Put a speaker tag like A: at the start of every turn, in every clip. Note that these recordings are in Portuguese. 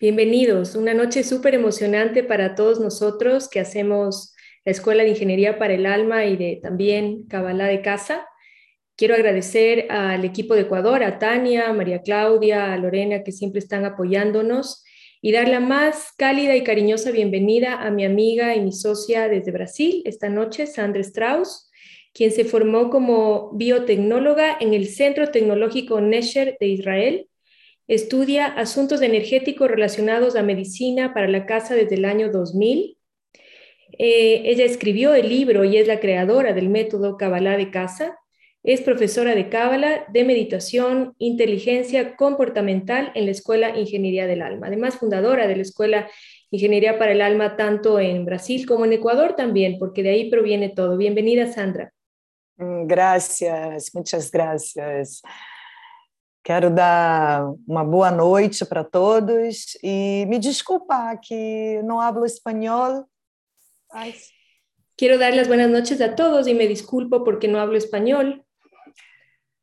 A: Bienvenidos, una noche súper emocionante para todos nosotros que hacemos la Escuela de Ingeniería para el Alma y de también Cabalá de Casa. Quiero agradecer al equipo de Ecuador, a Tania, a María Claudia, a Lorena, que siempre están apoyándonos, y dar la más cálida y cariñosa bienvenida a mi amiga y mi socia desde Brasil esta noche, Sandra Strauss, quien se formó como biotecnóloga en el Centro Tecnológico Nesher de Israel. Estudia asuntos energéticos relacionados a medicina para la casa desde el año 2000 eh, ella escribió el libro y es la creadora del método Kabbalah de Casa. Es profesora de Kabbalah, de meditación, inteligencia comportamental en la Escuela Ingeniería del Alma. Además, fundadora de la Escuela Ingeniería para el Alma, tanto en Brasil como en Ecuador también, porque de ahí proviene todo. Bienvenida, Sandra.
B: Hum, Gracias, muchas gracias. Quero dar uma boa noite para todos e me desculpar que não hablo espanhol
A: Ay. Quiero dar las buenas noches a todos y me disculpo porque no hablo español.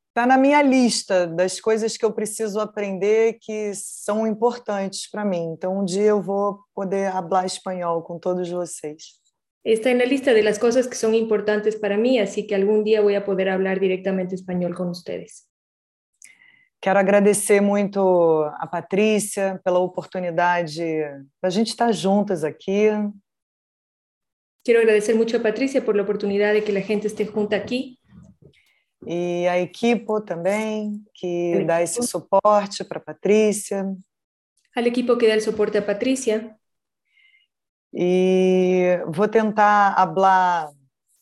B: Está Tá na minha lista das coisas que eu preciso aprender que são importantes para mim. Então, um dia eu vou poder falar espanhol com todos vocês.
A: Está en la lista de las cosas que son importantes para mí, así que algún día voy a poder hablar directamente español con ustedes.
B: Quero agradecer muito a Patrícia pela oportunidade da gente estar juntas aqui,
A: Quiero agradecer mucho a Patricia por la oportunidad de que la gente esté junta aquí.
B: Y a equipo también, que equipo. da ese soporte para Patricia.
A: Al equipo que da el soporte a Patricia.
B: Y voy a tentar hablar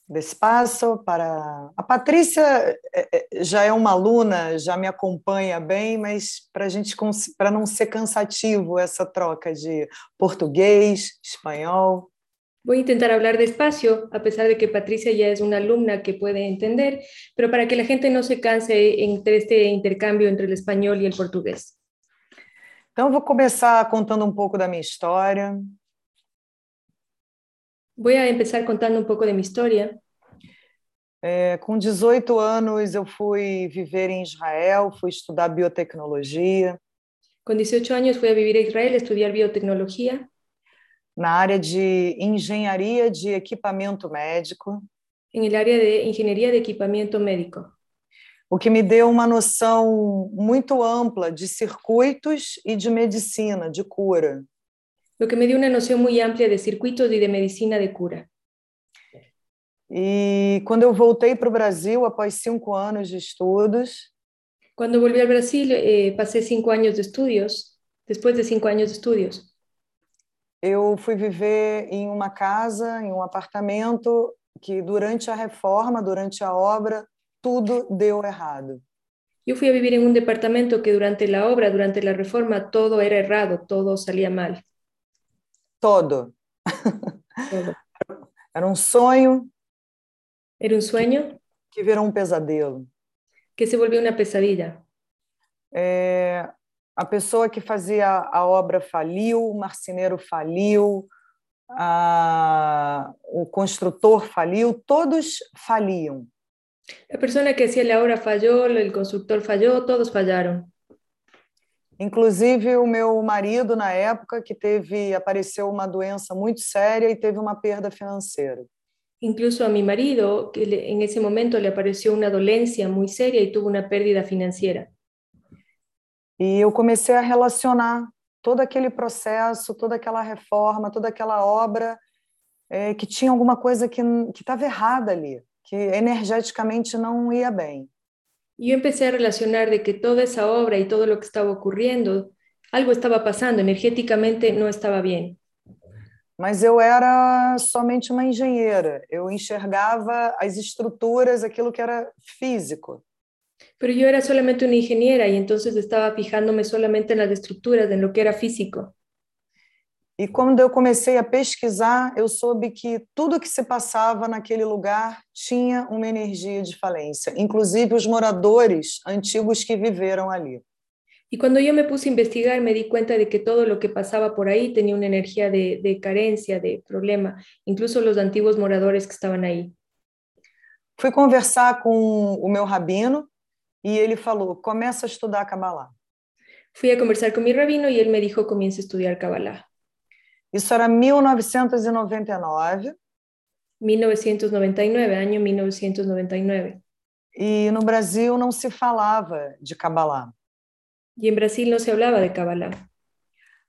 B: despacio para... A Patricia já é uma aluna, já me acompanha bem, mas para gente para não ser cansativo essa troca de português, espanhol.
A: Voy a intentar hablar despacio, a pesar de que Patricia ya es una alumna que puede entender, pero para que la gente no se canse entre este intercambio entre el español y el portugués.
B: Então, vou começar contando um pouco da minha história.
A: Voy a empezar contando un poco de mi historia.
B: É, com 18 anos, eu fui viver em Israel, fui estudar biotecnologia.
A: Com 18 anos, fui a vivir a Israel, estudar biotecnologia.
B: na área de engenharia de equipamento médico.
A: Em área de engenharia de equipamento médico.
B: O que me deu uma noção muito ampla de circuitos e de medicina, de cura.
A: O que me deu uma noção muito ampla de circuitos e de medicina de cura.
B: E quando eu voltei para o Brasil após cinco anos de estudos.
A: Quando voltei ao Brasil, eh, passei cinco anos de estudos. Depois de cinco anos de estudos.
B: eu fui viver em uma casa, em um apartamento, que durante a reforma, durante a obra, tudo deu errado.
A: Eu fui a viver em um departamento que durante a obra, durante a reforma, todo era errado, todo saía mal.
B: Todo. todo. Era um sonho.
A: Era um sonho.
B: Que virou um pesadelo.
A: Que se volveu uma pesadilha.
B: É, a pessoa que fazia a obra faliu, o marceneiro faliu, a, o construtor faliu, todos faliam.
A: A pessoa que fazia a obra falhou, o construtor falhou, todos falharam.
B: Inclusive o meu marido na época que teve apareceu uma doença muito séria e teve uma perda financeira.
A: Incluso a mi marido, que en ese momento le apareció una dolencia muy seria y tuvo una pérdida financiera.
B: E eu comecei a relacionar todo aquele processo, toda aquela reforma, toda aquela obra, é, que tinha alguma coisa que estava errada ali, que energeticamente não ia bem.
A: E eu comecei a relacionar de que toda essa obra e todo o que estava ocorrendo, algo estava passando, energeticamente não estava bem.
B: Mas eu era somente uma engenheira, eu enxergava as estruturas, aquilo que era físico.
A: Pero yo era solamente una ingeniera y entonces estaba fijándome solamente en las estructuras, en lo que era físico.
B: E quando eu comecei a pesquisar, eu soube que tudo que se passava naquele lugar tinha uma energia de falência, inclusive os moradores antigos que viveram ali.
A: E quando eu me puse a investigar, me di cuenta de que todo lo que passava por aí tinha uma energia de, de carencia, de problema, incluso os antigos moradores que estavam aí.
B: Fui conversar com o meu rabino, e ele falou: começa a estudar Kabbalah.
A: Fui a conversar con mi rabino y él me dijo comience a estudiar Kabbalah.
B: Isso era 1999
A: 1999, año 1999.
B: e no Brasil não se falava de Kabbalah.
A: Y en Brasil no se hablaba de Kabbalah.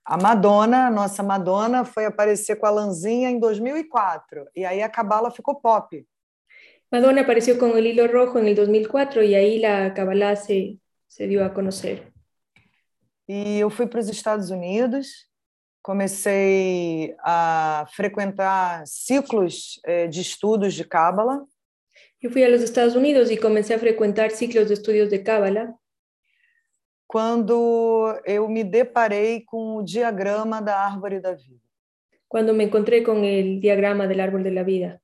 B: A Madonna, nossa Madonna, foi aparecer com a Lanzinha em 2004 e aí a Kabbalah ficou pop.
A: Madonna apareció con el hilo rojo en el 2004 y ahí la Kabbalah se, se dio a conocer.
B: E eu fui para os Estados Unidos, comecei a frequentar ciclos eh, de estudos de Kabbalah
A: Yo fui a los Estados Unidos y comencé a frecuentar ciclos de estudios de Kabbalah
B: quando eu me deparei com o diagrama da árvore da vida.
A: cuando me encontré con el diagrama del árbol de la vida.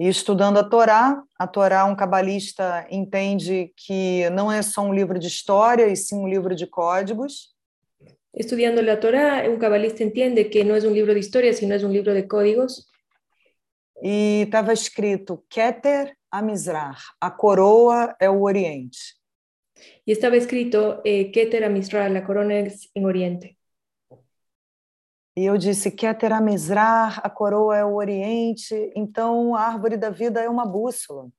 B: E estudando a Torá, a Torá, um cabalista entende que não é só um livro de história, e sim um livro de códigos.
A: Estudiando la Torá, un cabalista entiende que no es un libro de historia, sino es un libro de códigos.
B: E estava escrito Keter Amizrah, a coroa é o Oriente.
A: Y estaba escrito eh, Keter Amisra, la corona es en Oriente.
B: E eu disse Keter Amizrah, a coroa é o Oriente, então a árvore da vida é uma bússola.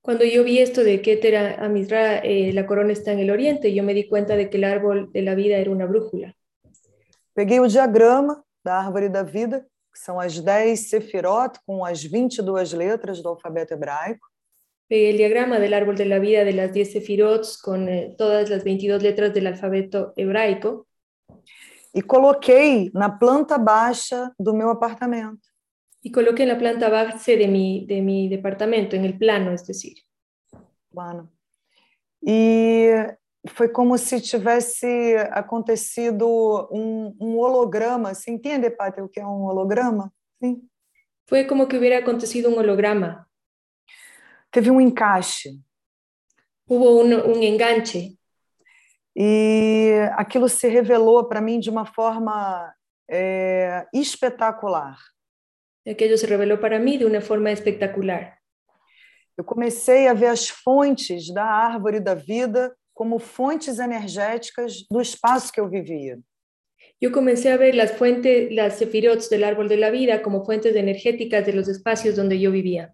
A: Cuando yo vi esto de Keter Amisra, eh, la corona está en el Oriente, yo me di cuenta de que el árbol de la vida era una brújula.
B: Peguei o diagrama da árvore da vida, que são as 10 sefirot com as 22 letras do alfabeto hebraico.
A: Eh, El diagrama del árbol de la vida de las 10 sefirots con eh, todas las 22 letras del alfabeto hebraico
B: e coloquei na planta baixa do meu apartamento.
A: y coloqué en la planta base de mi, de mi departamento, en el plano, es decir.
B: Plano. E foi como se tivesse acontecido um, um holograma. Você entende, Pátria, o que é um holograma? Sim.
A: Fue como que hubiera acontecido un holograma.
B: Teve um encaixe.
A: Hubo un, un enganche
B: E aquilo se revelou para mim de uma forma eh, espetacular.
A: Aquello se reveló para mí de una forma espectacular.
B: Eu comecei a ver as fontes da árvore da vida como fontes energéticas do espaço que eu vivia.
A: Yo comencé a ver las fuentes, las sefirots del árbol de la vida como fuentes energéticas de los espacios donde yo vivía.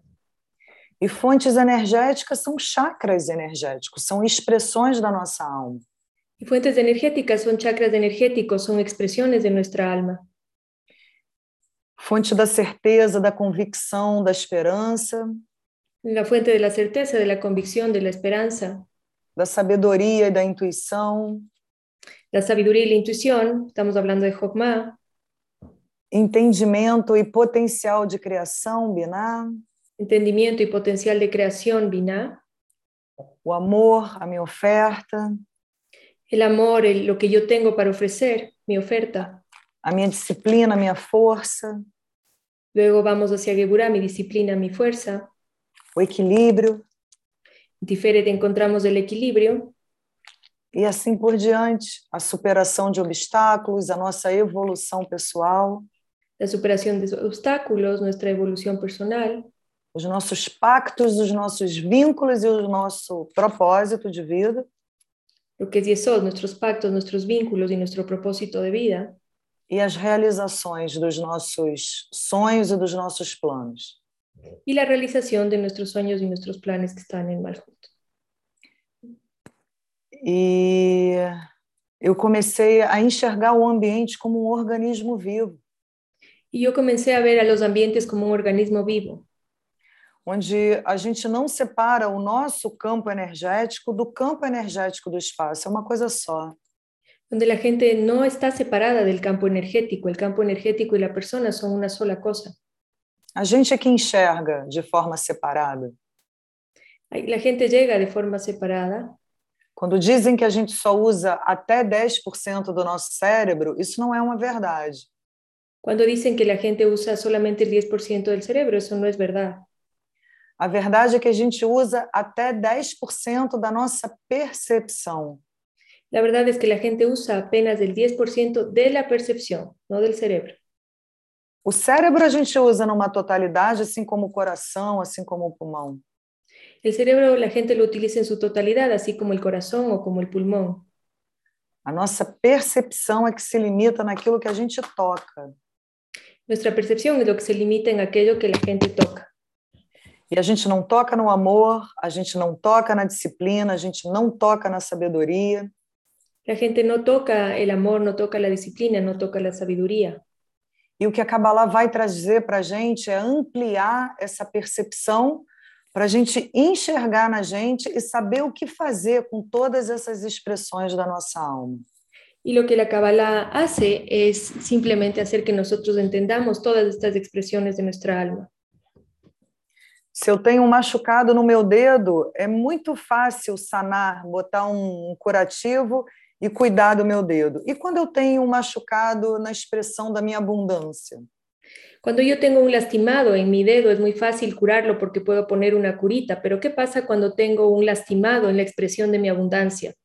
B: E fontes energéticas são chakras energéticos, são expressões da nossa alma.
A: Y fuentes energéticas son chakras energéticos, son expresiones de nuestra alma.
B: Fonte da certeza, da convicção, da esperança,
A: La fuente de la certeza, de la convicción, de la esperanza,
B: da sabedoria e da intuição.
A: la sabiduría y la intuición, estamos hablando de Jokma,
B: Entendimento e potencial de criação, Biná.
A: entendimiento y potencial de creación, Binah,
B: O amor, a minha oferta,
A: el amor, el- lo que yo tengo para ofrecer, mi oferta.
B: a minha disciplina, a minha força,
A: Luego vamos hacia Geburah, mi disciplina, mi fuerza.
B: o equilíbrio
A: Diferente encontramos el equilibrio
B: e assim por diante. A superação de obstáculos, a nossa evolução pessoal,
A: la superación de obstáculos, nuestra evolución personal,
B: os nossos pactos, os nossos vínculos e o nosso propósito de vida
A: lo que es Yesod, nuestros pactos, nuestros vínculos y nuestro propósito de vida,
B: e as realizações dos nossos sonhos e dos nossos planos.
A: y la realización de nuestros sueños y nuestros planes que están en Malhut.
B: E eu comecei a enxergar o ambiente como um organismo vivo,
A: Y yo comencé a ver a los ambientes como un organismo vivo,
B: onde a gente não separa o nosso campo energético do campo energético do espaço, é uma coisa só.
A: donde la gente no está separada del campo energético, el campo energético y la persona son una sola cosa.
B: A gente é que enxerga de forma separada.
A: Ay, La gente llega de forma separada.
B: Quando dizem que a gente só usa até 10% do nosso cérebro, isso não é uma verdade.
A: Cuando dicen que la gente usa solamente el 10% del cerebro, eso no es verdad.
B: A verdade é que a gente usa até 10% da nossa percepção.
A: La verdad es que la gente usa apenas el 10% de la percepción, no del cerebro.
B: O cérebro a gente usa numa totalidade, assim como o coração, assim como o pulmão.
A: El cerebro la gente lo utiliza en su totalidad, así como el corazón o como el pulmón.
B: A nossa percepção é que se limita naquilo que a gente toca.
A: Nuestra percepción es lo que se limita en aquello que la gente toca.
B: E a gente não toca no amor, a gente não toca na disciplina, a gente não toca na sabedoria.
A: La gente no toca el amor, no toca la disciplina, no toca la sabiduría.
B: E o que a Kabbalah vai trazer para a gente é ampliar essa percepção para a gente enxergar na gente e saber o que fazer com todas essas expressões da nossa alma.
A: Y lo que la Kabbalah hace es simplemente hacer que nosotros entendamos todas estas expresiones de nuestra alma.
B: Se eu tenho um machucado no meu dedo, é muito fácil sanar, botar um curativo e cuidar do meu dedo. E quando eu tenho um machucado na expressão da minha abundância?
A: Cuando yo tengo un lastimado en mi dedo es muy fácil curarlo porque puedo poner una curita, pero ¿qué pasa cuando tengo un lastimado en la expresión de mi abundancia?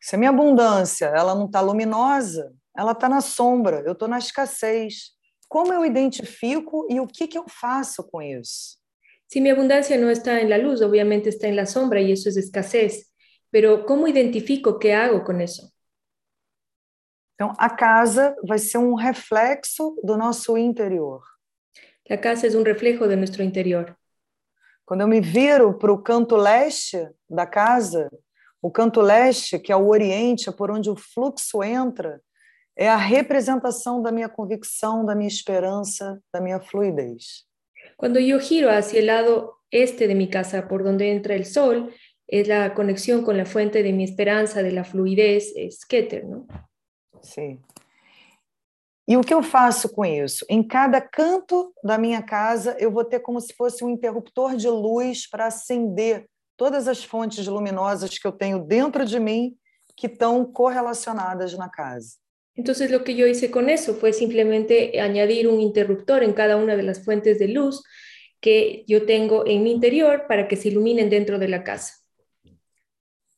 B: Se a minha abundância ela não está luminosa, ela está na sombra, eu estou na escassez. Como eu identifico e o que, que eu faço com isso?
A: Si mi abundancia no está en la luz, obviamente está en la sombra y eso es escasez, pero ¿cómo identifico qué hago con eso?
B: Então, a casa vai ser um reflexo do nosso interior.
A: La casa es un reflejo de nuestro interior.
B: Quando eu me viro para o canto leste da casa, o canto leste, que é o oriente, é por onde o fluxo entra, é a representação da minha convicção, da minha esperança, da minha fluidez.
A: Cuando yo giro hacia el lado este de mi casa, por donde entra el sol, es la conexión con la fuente de mi esperanza, de la fluidez, es Keter, ¿no?
B: Sim. E o que eu faço com isso? Em cada canto da minha casa, eu vou ter como se fosse um interruptor de luz para acender todas as fontes luminosas que eu tenho dentro de mim que estão correlacionadas na casa.
A: Entonces lo que yo hice con eso fue simplemente añadir un interruptor en cada una de las fuentes de luz que yo tengo en mi interior para que se iluminen dentro de la casa.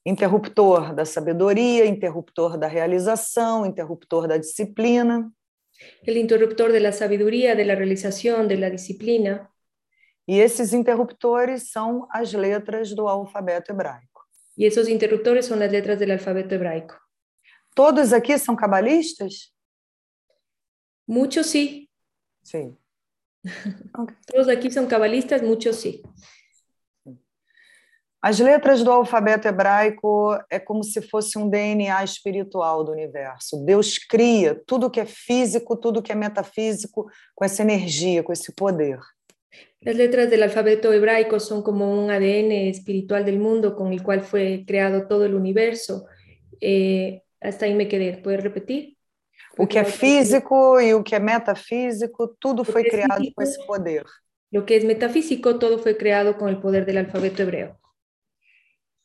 B: interruptor da sabedoria, interruptor da realização, interruptor da disciplina.
A: El interruptor de la sabiduría, de la realización, de la disciplina.
B: E esses interruptores são as letras do alfabeto hebraico.
A: Y esos interruptores son las letras del alfabeto hebraico.
B: Todos aqui são cabalistas?
A: Muchos sí,
B: Sim. Ok.
A: todos aquí son cabalistas, muchos sí.
B: As letras do alfabeto hebraico é como se fosse um DNA espiritual do universo. Deus cria tudo que é físico, tudo que é metafísico, com essa energia, com esse poder.
A: Las letras del alfabeto hebraico son como un ADN espiritual del mundo con el cual fue creado todo el universo. Eh, hasta ahí me quedé. ¿Puedes repetir?
B: O que é físico e o que é metafísico, tudo foi
A: que é
B: criado
A: físico.
B: com esse poder.
A: Lo que es metafísico, todo fue creado con el poder del alfabeto hebreo.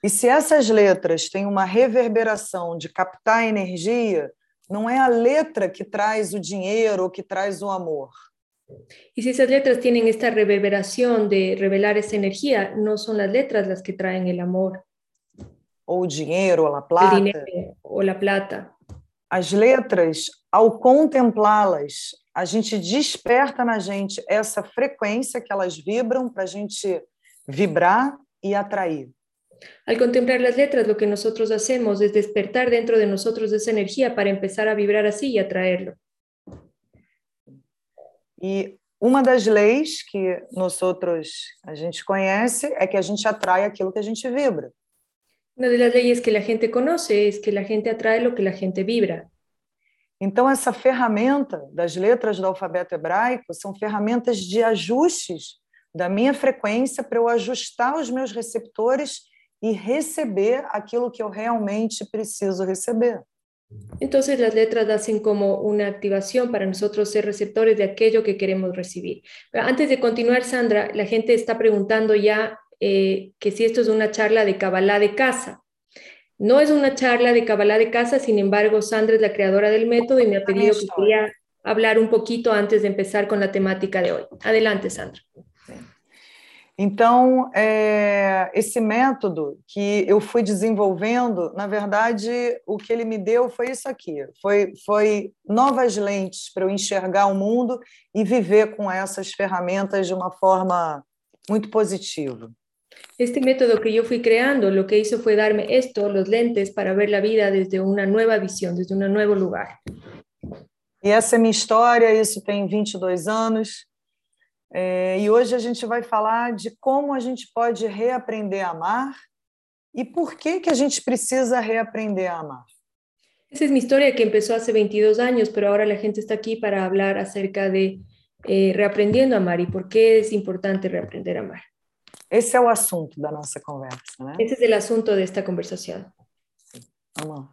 B: E se essas letras têm uma reverberação de captar energia, não é a letra que traz o dinheiro ou que traz o amor.
A: Y si esas letras tienen esta reverberación de revelar esa energía, no son las letras las que traen el amor,
B: ou o dinheiro, ou a
A: el
B: plata.
A: dinero o la plata.
B: As letras, ao contemplá-las, a gente desperta na gente essa frequência que elas vibram para a gente vibrar e atrair.
A: Al contemplar las letras, lo que nosotros hacemos es despertar dentro de nosotros esa energía para empezar a vibrar así y atraerlo.
B: E uma das leis que nós outros a gente conhece é que a gente atrai aquilo que a gente vibra.
A: Una de las leyes que la gente conoce es que la gente atrae lo que la gente vibra.
B: Então essa ferramenta das letras do alfabeto hebraico são ferramentas de ajustes da minha frequência para eu ajustar os meus receptores e receber aquilo que eu realmente preciso receber.
A: Entonces las letras hacen como una activación para nosotros ser receptores de aquello que queremos recibir. Pero antes de continuar, Sandra, la gente está preguntando ya eh, que si esto es una charla de Kabbalah de casa. No es una charla de Kabbalah de casa, sin embargo, Sandra es la creadora del método y me ha pedido que quería hablar un poquito antes de empezar con la temática de hoy. Adelante, Sandra.
B: Então, é, esse método que eu fui desenvolvendo, na verdade, o que ele me deu foi isso aqui: foi, foi novas lentes para eu enxergar o mundo e viver com essas ferramentas de uma forma muito positiva.
A: Este método que yo fui creando lo que hizo fue darme esto, los lentes, para ver la vida desde una nueva visión, desde un nuevo lugar.
B: E essa é minha história, isso tem 22 anos. É, e hoje a gente vai falar de como a gente pode reaprender a amar e por que, que a gente precisa reaprender a amar.
A: Esa es mi historia que empezó hace 22 años, pero ahora la gente está aquí para hablar acerca de eh, reaprendiendo a amar y por qué es importante reaprender a amar.
B: Esse é o assunto da nossa conversa, né?
A: Ese es el asunto de esta conversación.
B: Vamos lá.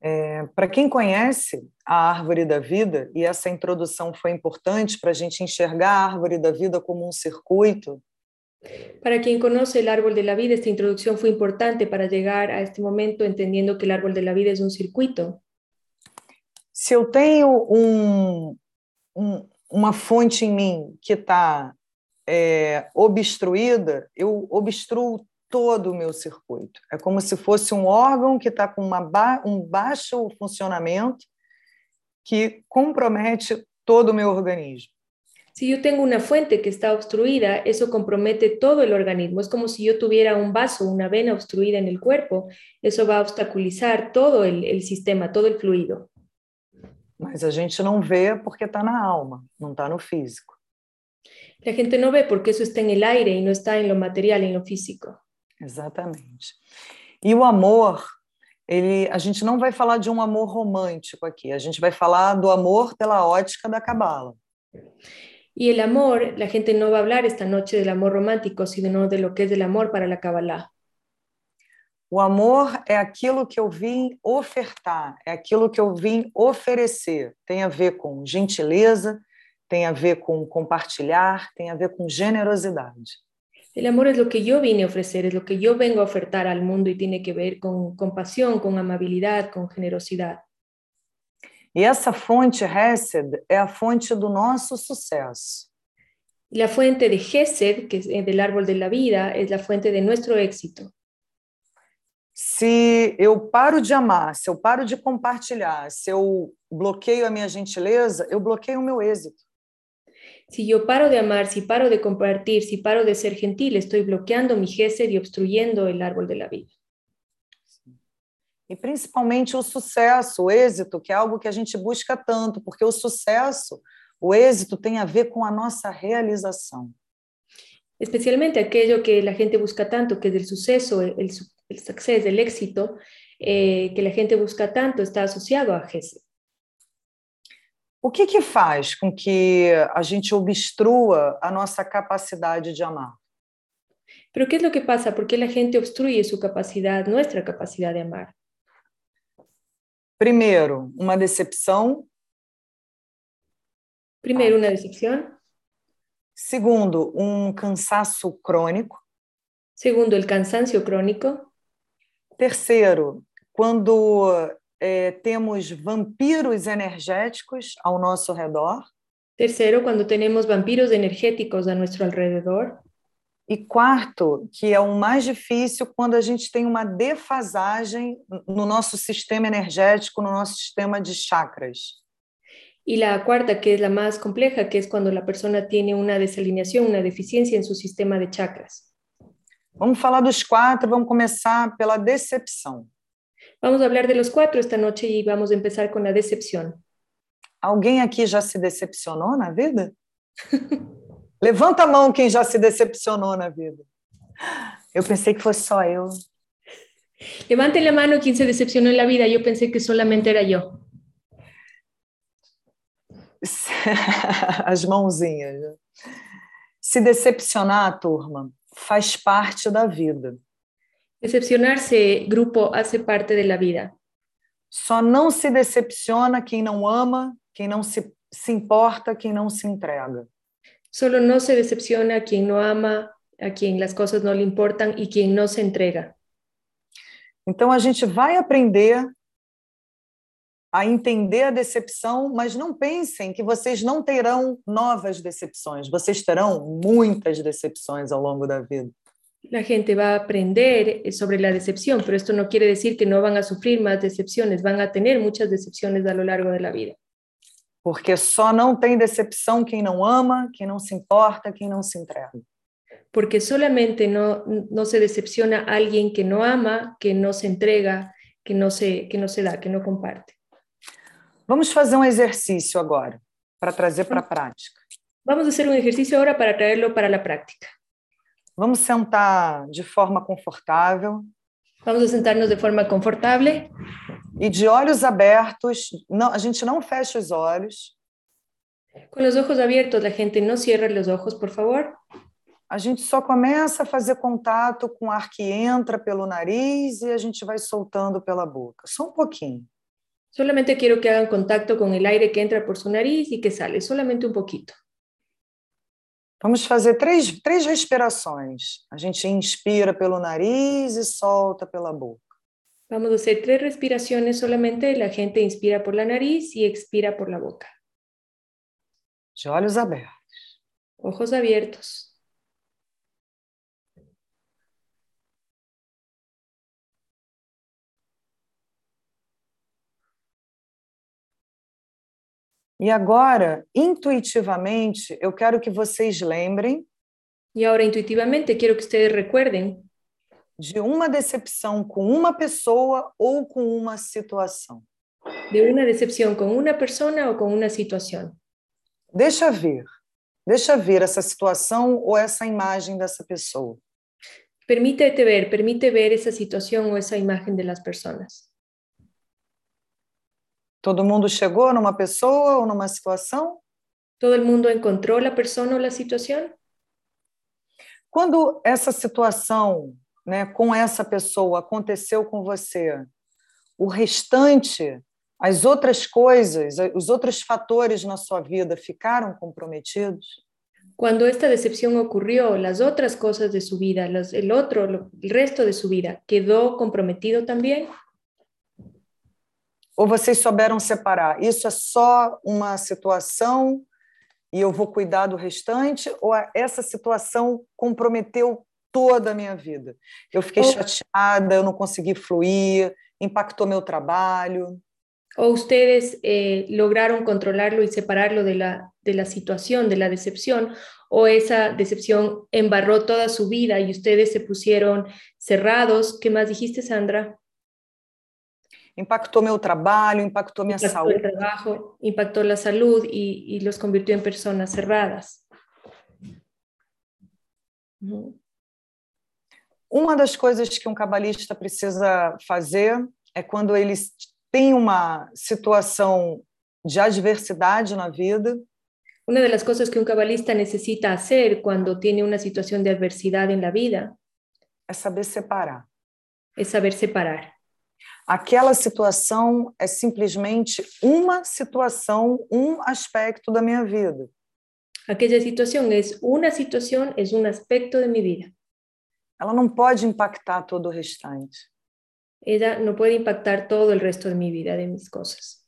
B: É, para quem conhece a Árvore da Vida, e essa introdução foi importante para a gente enxergar a Árvore da Vida como um circuito,
A: Para quien conoce el árbol de la vida, esta introducción fue importante para llegar a este momento entendiendo que el árbol de la vida es un circuito.
B: se eu tenho um- um- uma fonte em mim que está obstruída, eu obstruo todo o meu circuito. É como se fosse um órgão que está com uma ba- um baixo funcionamento que compromete todo o meu organismo.
A: Si yo tengo una fuente que está obstruida, eso compromete todo el organismo. Es como si yo tuviera un vaso, una vena obstruida en el cuerpo. Eso va a obstaculizar todo el, el sistema, todo el fluido.
B: Mas a gente não vê porque está na alma, não está no físico.
A: La gente no ve porque eso está en el aire y no está en lo material, en lo físico.
B: Exatamente. E o amor, ele, a gente não vai falar de um amor romântico aqui, a gente vai falar do amor pela ótica da cabala.
A: Y el amor, la gente no va a hablar esta noche del amor romántico, sino de lo que es el amor para la Kabbalah.
B: O amor é aquilo que eu vim ofertar, é aquilo que eu vim oferecer. Tem a ver com gentileza, tem a ver com compartilhar, tem a ver com generosidade.
A: El amor es lo que yo vine a ofrecer, es lo que yo vengo a ofertar al mundo y tiene que ver con compasión, con amabilidad, con generosidad.
B: E essa fonte Hesed é a fonte do nosso sucesso.
A: Y La fuente de Gesed, que es eh, del árbol de la vida, es la fuente de nuestro éxito.
B: Se eu paro de amar, se eu paro de compartilhar, se eu bloqueio a minha gentileza, eu bloqueio o meu êxito.
A: Si yo paro de amar, si paro de compartir, si paro de ser gentil, estoy bloqueando mi Gesed y obstruyendo el árbol de la vida.
B: E principalmente o sucesso, o êxito, que é algo que a gente busca tanto, porque o sucesso, o êxito tem a ver com a nossa realização.
A: Especialmente aquello que la gente busca tanto, que es el suceso, el, el, su- el success, el éxito, eh, que la gente busca tanto, está asociado a Gesed.
B: O que, que faz com que a gente obstrua a nossa capacidade de amar?
A: Pero ¿qué es lo que pasa? ¿Por qué la gente obstruye su capacidad, nuestra capacidad de amar?
B: Primeiro, uma decepção.
A: Primero, una decepción.
B: Segundo, um cansaço crônico.
A: Segundo, el cansancio crónico.
B: Terceiro, quando eh, temos vampiros energéticos ao nosso redor.
A: Tercero, cuando tenemos vampiros energéticos a nuestro alrededor.
B: E quarto, que é o mais difícil, quando a gente tem uma defasagem no nosso sistema energético, no nosso sistema de chakras.
A: Y la cuarta, que es la más compleja, que es cuando la persona tiene una desalineación, una deficiencia en su sistema de chakras.
B: Vamos falar dos quatro, vamos começar pela decepção.
A: Vamos a hablar de los cuatro esta noche y vamos a empezar con la decepción.
B: Alguém aqui já se decepcionou na vida? Levanta a mão quem já se decepcionou na vida. Eu pensei que fosse só eu.
A: Levanten la mano quien se decepcionó en la vida. Yo pensé que solamente era yo.
B: as mãozinhas. né? Se decepcionar, turma, faz parte da vida.
A: Decepcionarse, grupo, hace parte de la vida.
B: Só não se decepciona quem não ama, quem não se, se importa, quem não se entrega.
A: Solo no se decepciona a quien no ama, a quien las cosas no le importan y quien no se entrega.
B: Então a gente vai aprender a entender a decepção, mas não pensem que vocês não terão novas decepções. Vocês terão muitas decepções ao longo da vida.
A: La gente va a aprender eh, sobre la decepción, pero esto no quiere decir que no van a sufrir más decepciones, van a tener muchas decepciones a lo largo de la vida.
B: Porque só não tem decepção quem não ama, quem não se importa, quem não se entrega.
A: porque solamente no, no se decepciona a alguien que no ama, que no se entrega, que no se, que no se dá, que não comparte.
B: Vamos fazer um exercício agora para trazer para a prática.
A: Vamos fazer um exercício agora para traerlo para a prática.
B: Vamos sentar de forma confortável
A: Vamos a sentarnos de forma confortável
B: e de olhos abertos. Não, a gente não fecha os olhos.
A: Com os olhos abertos, a gente não cierra os olhos, por favor.
B: A gente só começa a fazer contato com o ar que entra pelo nariz e a gente vai soltando pela boca. Só um pouquinho.
A: Solamente quero que hagan contacto com o aire que entra por su nariz e que sale, solamente um pouquito.
B: Vamos fazer três, três respirações. A gente inspira pelo nariz e solta pela boca.
A: Vamos fazer três respirações solamente. A gente inspira por la nariz e expira por la boca.
B: De olhos abertos.
A: Ojos abiertos.
B: E agora, intuitivamente, eu quero que vocês lembrem.
A: E agora, intuitivamente, quero que vocês recuerden.
B: De uma decepção com uma pessoa ou com uma situação.
A: De uma decepção com uma pessoa ou com uma situação.
B: Deixa vir. Deixa vir essa situação ou essa imagem dessa pessoa.
A: Permite-te ver, permite ver essa situação ou essa imagem das pessoas.
B: Todo mundo chegou numa pessoa ou numa situação?
A: Todo mundo encontrou a pessoa ou a situação?
B: Quando essa situação, né, com essa pessoa aconteceu com você, o restante, as outras coisas, os outros fatores na sua vida ficaram comprometidos?
A: Quando esta decepção ocorreu, as outras coisas de sua vida, o outro, o resto de sua vida, quedou comprometido também?
B: ou vocês souberam separar? Isso é só uma situação e eu vou cuidar do restante, ou essa situação comprometeu toda a minha vida? Eu fiquei ou, chateada, eu não consegui fluir, impactou meu trabalho.
A: Ou vocês eh, lograram controlarlo e separarlo de la, de la situação, de la decepção, ou essa decepção embarrou toda a sua vida e vocês se pusieron cerrados. que mais dijiste, Sandra?
B: impactou meu trabalho, impactou minha
A: impactou
B: saúde.
A: Trabajo, impactou a saúde e, e os convirtió em pessoas cerradas.
B: Uma das coisas que um cabalista precisa fazer é quando ele tem uma situação de adversidade na vida.
A: Uma das coisas que um cabalista necessita fazer quando tem uma situação de adversidade na vida
B: é saber separar.
A: É saber separar
B: aquela situação é simplesmente uma situação, um aspecto da minha vida.
A: Aquela situação é uma situação, é um aspecto da minha vida.
B: Ela não pode impactar todo o restante.
A: Ela não pode impactar todo o resto da minha vida, de minhas coisas.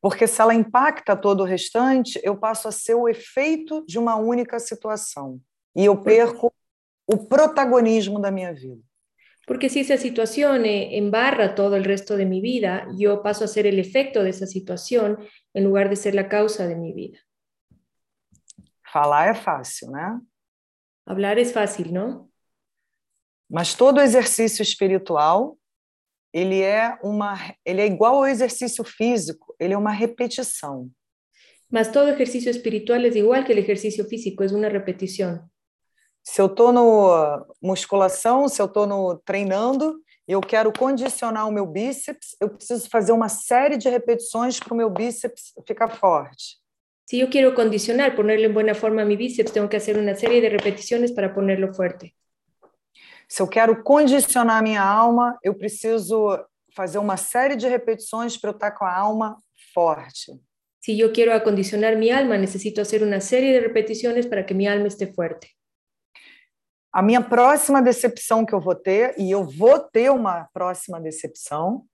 B: Porque se ela impacta todo o restante, eu passo a ser o efeito de uma única situação e eu perco o protagonismo da minha vida.
A: Porque si esa situación eh, embarra todo el resto de mi vida, yo paso a ser el efecto de esa situación en lugar de ser la causa de mi vida.
B: Falar é fácil, né?
A: Hablar es fácil, não?
B: Mas todo exercício espiritual, ele é uma, ele é igual ao exercício físico, ele é uma repetição.
A: Mas todo exercício espiritual é igual que o exercício físico, é uma repetição
B: se eu estou no musculação, se eu estou no treinando, eu quero condicionar o meu bíceps, eu preciso fazer uma série de repetições para o meu bíceps ficar forte.
A: Se eu quero condicionar, ponerlo em boa forma a meu bíceps, tenho que fazer uma série de repetições para ponerlo forte.
B: Se eu quero condicionar minha alma, eu preciso fazer uma série de repetições para eu estar com a alma forte.
A: Se eu quero acondicionar minha alma, necessito fazer uma série de repetições para que minha alma esteja forte
B: a minha próxima decepção que eu vou ter, e eu vou ter uma próxima decepção.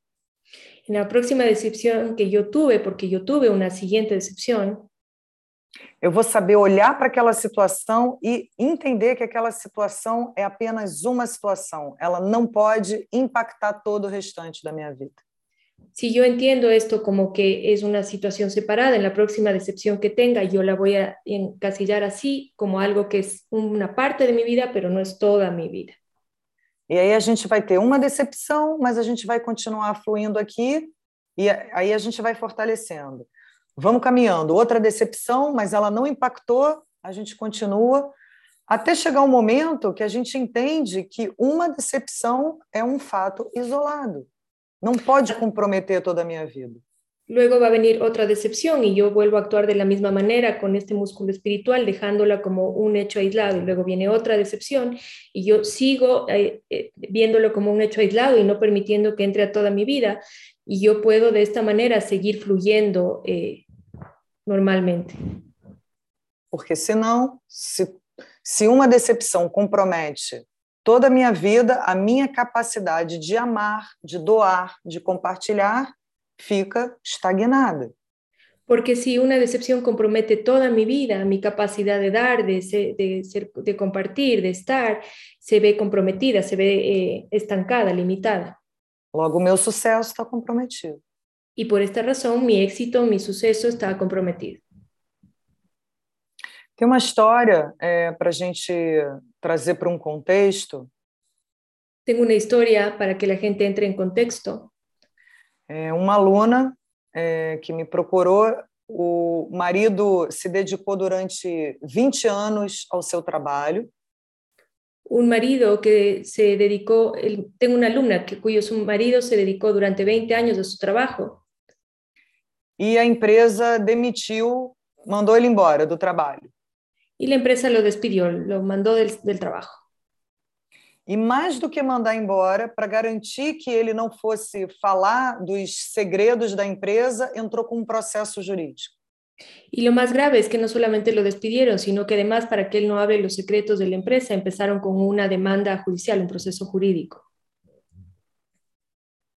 A: Na próxima decepção que eu tive, porque eu tive uma seguinte decepção.
B: Eu vou saber olhar para aquela situação e entender que aquela situação é apenas uma situação. Ela não pode impactar todo o restante da minha vida.
A: si yo entiendo esto como que es una situación separada, en la próxima decepción que tenga, yo la voy a encasillar así, como algo que es uma parte de minha vida, pero não é toda a minha vida.
B: E aí a gente vai ter uma decepção, mas a gente vai continuar fluindo aqui e aí a gente vai fortalecendo. Vamos caminhando. Outra decepção, mas ela não impactou, a gente continua até chegar um momento que a gente entende que uma decepção é um fato isolado. Não pode comprometer toda a minha vida.
A: Luego va a venir otra decepción y yo vuelvo a actuar de la misma manera con este músculo espiritual, dejándola como un hecho aislado. Y luego viene otra decepción y yo sigo eh, eh, viéndolo como un hecho aislado y no permitiendo que entre a toda mi vida. Y yo puedo de esta manera seguir fluyendo eh, normalmente.
B: Porque senão, se, se uma decepção compromete toda a minha vida, a minha capacidade de amar, de doar, de compartilhar, fica estagnada.
A: Porque si una decepción compromete toda mi vida, mi capacidad de dar, de, ser, de, ser, de compartir, de estar, se ve comprometida, se ve eh, estancada, limitada.
B: Logo, meu sucesso está comprometido.
A: Y por esta razón, mi éxito, mi suceso está comprometido.
B: Tem uma história é, para a gente trazer para um contexto.
A: Tenho uma história para que a gente entre em contexto.
B: É, uma aluna é, que me procurou, o marido se dedicou durante 20 anos ao seu trabalho.
A: Um marido que se dedicou, tenho uma aluna que cujo seu marido se dedicou durante 20 anos ao seu trabalho.
B: E a empresa demitiu, mandou ele embora do trabalho.
A: E a empresa lo despidió, lo mandó del, del trabajo.
B: E mais do que mandar embora, para garantir que ele não fosse falar dos segredos da empresa, entrou com um processo jurídico.
A: E o mais grave é que não solamente lo despidieron, sino que además para que ele não hable os secretos da empresa, empezaron com uma demanda judicial, um processo jurídico.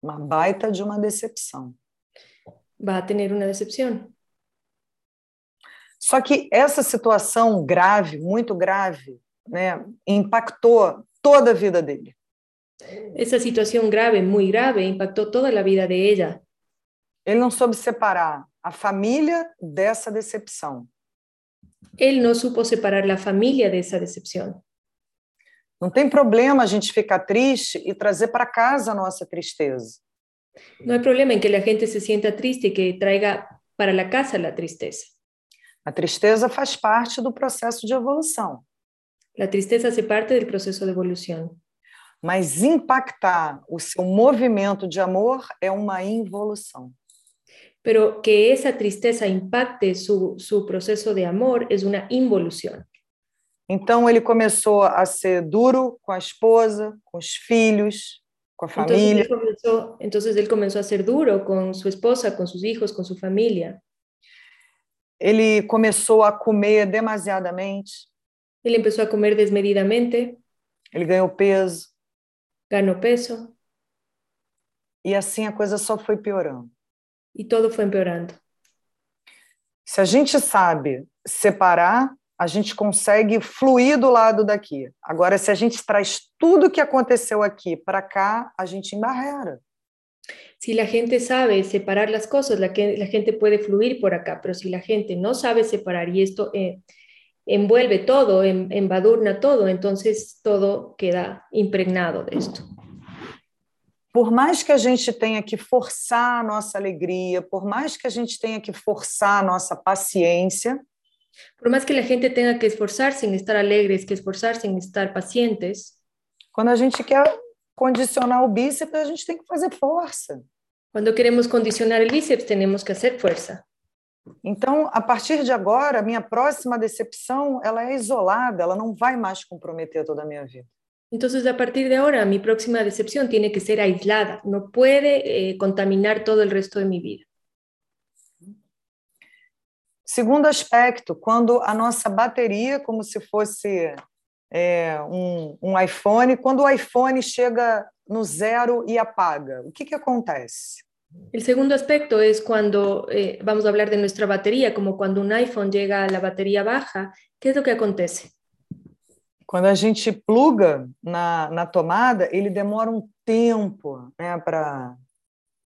B: Uma baita de uma decepção.
A: Vai ter uma decepção.
B: Só que essa situação grave, muito grave, né, impactou toda a vida dele.
A: Essa situação grave, muito grave, impactou toda a vida de ela.
B: Ele não soube separar a família dessa decepção.
A: Ele não supo separar a família dessa decepção.
B: Não tem problema a gente ficar triste e trazer para casa a nossa tristeza.
A: Não há problema em que a gente se sinta triste e que traga para a casa a tristeza.
B: A tristeza faz parte do processo de evolução.
A: A tristeza se parte do processo de evolução.
B: Mas impactar o seu movimento de amor é uma involução.
A: Pero que essa tristeza impacte seu su processo de amor é uma involução.
B: Então ele começou a ser duro com a esposa, com os filhos, com a família.
A: Então ele começou, entonces él comenzó a ser duro com sua esposa, com seus filhos, com sua família
B: ele começou a comer demasiadamente.
A: Ele começou a comer desmedidamente.
B: Ele ganhou peso.
A: Ganhou peso.
B: E assim a coisa só foi piorando.
A: E tudo foi piorando.
B: Se a gente sabe separar, a gente consegue fluir do lado daqui. Agora, se a gente traz tudo o que aconteceu aqui para cá, a gente embarrera.
A: Si la gente sabe separar las cosas, la, que, la, gente puede fluir por acá, pero si la gente no sabe separar y esto eh, envuelve todo, em, embadurna todo, entonces todo queda impregnado de esto.
B: Por mais que a gente tenha que forçar a nossa alegria, por mais que a gente tenha que forçar a nossa paciência,
A: por mais que a gente tenha que esforçar-se em estar alegres, que esforçar-se em estar pacientes,
B: quando a gente quer condicionar o bíceps, a gente tem que fazer força.
A: Quando queremos condicionar o bíceps, temos que fazer força.
B: Então, a partir de agora, a minha próxima decepção, ela é isolada, ela não vai mais comprometer toda a minha vida.
A: Então, a partir de agora, minha próxima decepção tem que ser aislada, não pode eh, contaminar todo o resto de minha vida.
B: Segundo aspecto, quando a nossa bateria, como se fosse é, um, um, iPhone, quando o iPhone chega no zero e apaga, o que, que acontece?
A: O segundo aspecto é quando, eh, vamos a hablar de nossa bateria, como quando um iPhone chega a la bateria baja, que é o que acontece?
B: Quando a gente pluga na, na tomada, ele demora um tempo né, para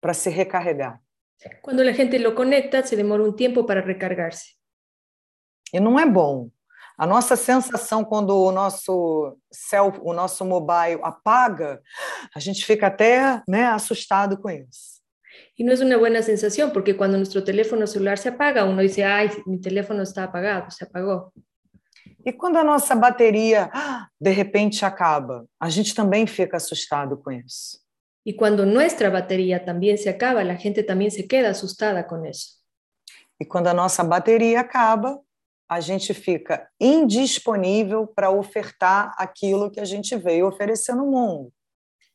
B: para se recarregar.
A: Cuando la gente lo conecta, se demora um tempo para recargar-se.
B: E não é bom. A nossa sensação quando o nosso self, o nosso mobile apaga, a gente fica até né, assustado com isso.
A: E não é uma boa sensação, porque quando nosso telefone celular se apaga, uno diz, ai, meu telefone está apagado, se apagou.
B: E quando a nossa bateria, de repente, acaba, a gente também fica assustado com isso.
A: Y cuando nuestra batería también se acaba, la gente también se queda asustada con eso.
B: E quando a nossa bateria acaba, a gente fica indisponível para ofertar aquilo que a gente veio oferecer no mundo.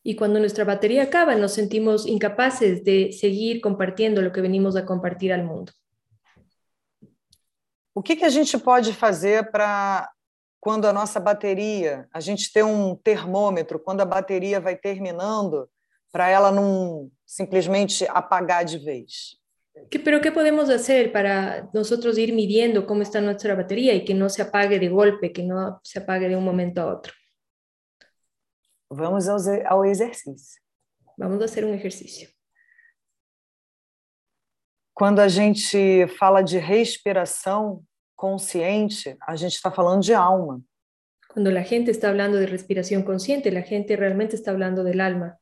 A: Y cuando nuestra batería acaba, nos sentimos incapaces de seguir compartiendo lo que venimos a compartir al mundo.
B: O que, que a gente pode fazer para quando a nossa bateria, a gente ter um termômetro, quando a bateria vai terminando, para ela não simplesmente apagar de vez?
A: ¿Qué, ¿Pero qué podemos hacer para nosotros ir midiendo cómo está nuestra batería y que no se apague de golpe, que no se apague de un momento a otro?
B: Vamos ao, ao exercício.
A: Vamos a hacer un ejercicio.
B: Quando a gente fala de respiração consciente, a gente está falando de alma.
A: Cuando la gente está hablando de respiración consciente, la gente realmente está hablando del alma.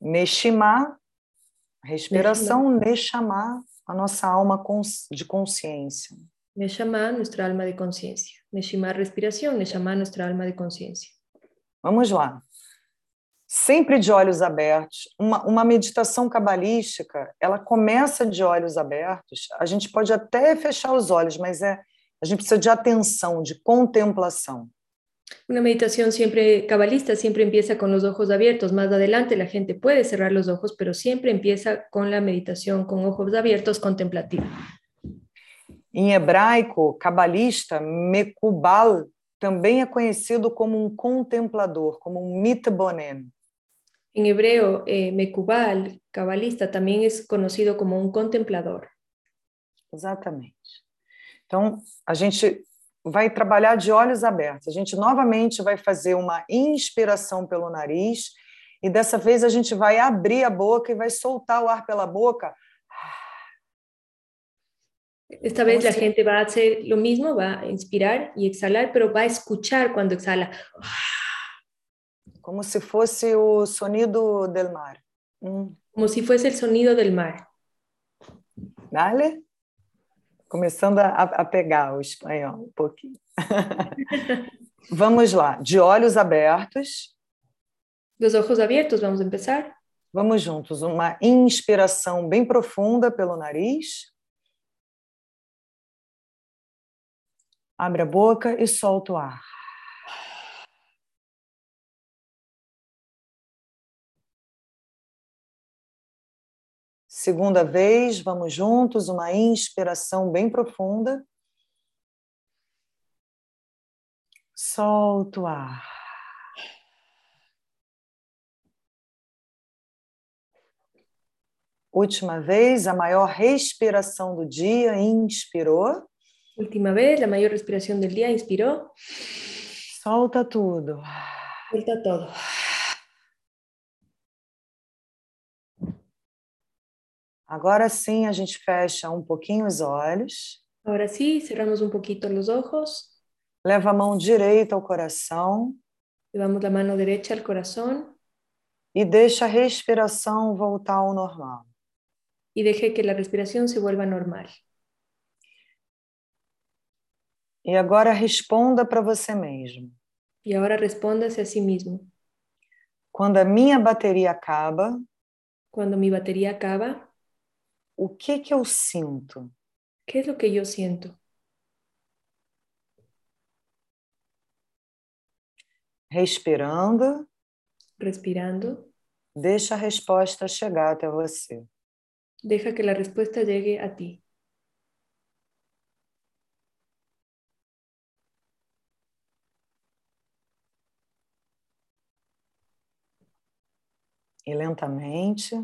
B: Neshima, respiração, Neshama, a nossa alma de consciência.
A: Neshama, nuestra alma de conciencia. Neshima, respiración. Neshama, nuestra alma de conciencia.
B: Vamos lá. Sempre de olhos abertos. Uma, uma meditação cabalística, ela começa de olhos abertos. A gente pode até fechar os olhos, mas é, a gente precisa de atenção, de contemplação.
A: Una meditación siempre cabalista siempre empieza con los ojos abiertos. Más adelante la gente puede cerrar los ojos, pero siempre empieza con la meditación con ojos abiertos contemplativa.
B: Em hebraico, cabalista, Mekubal também é conhecido como um contemplador, como um mitbonen.
A: En hebreo, eh, Mekubal, cabalista, también es conocido como un contemplador.
B: Exatamente. Então, a gente vai trabalhar de olhos abertos. A gente novamente vai fazer uma inspiração pelo nariz e dessa vez a gente vai abrir a boca e vai soltar o ar pela boca.
A: Esta vez a gente vai fazer o mesmo, vai inspirar e exhalar, mas vai escutar quando exhala.
B: Como se fosse o sonido del mar.
A: Hum. Como se fosse o sonido del mar.
B: Vale? começando a, a, pegar o espanhol um pouquinho. vamos lá, de olhos abertos.
A: Dos ojos abertos, vamos começar?
B: Vamos juntos, uma inspiração bem profunda pelo nariz. Abre a boca e solta o ar. Segunda vez, vamos juntos, uma inspiração bem profunda. Solta o ar. Última vez, a maior respiração do dia, inspirou.
A: Última vez, a maior respiração do dia, inspirou.
B: Solta tudo.
A: Solta tudo.
B: Agora sim, a gente fecha um pouquinho os olhos.
A: Agora sim, cerramos um pouquinho os olhos.
B: Leva a mão direita ao coração.
A: Levamos a mão direita ao coração.
B: E deixa a respiração voltar ao normal.
A: E deixe que a respiração se vuelva normal.
B: E agora responda para você mesmo.
A: E agora responda-se a si mesmo.
B: Quando a minha bateria acaba.
A: Quando minha bateria acaba
B: o que que eu sinto?
A: Que é o que eu sinto?
B: Respirando.
A: Respirando.
B: Deixa a resposta chegar até você.
A: Deixa que a resposta chegue a ti.
B: E lentamente.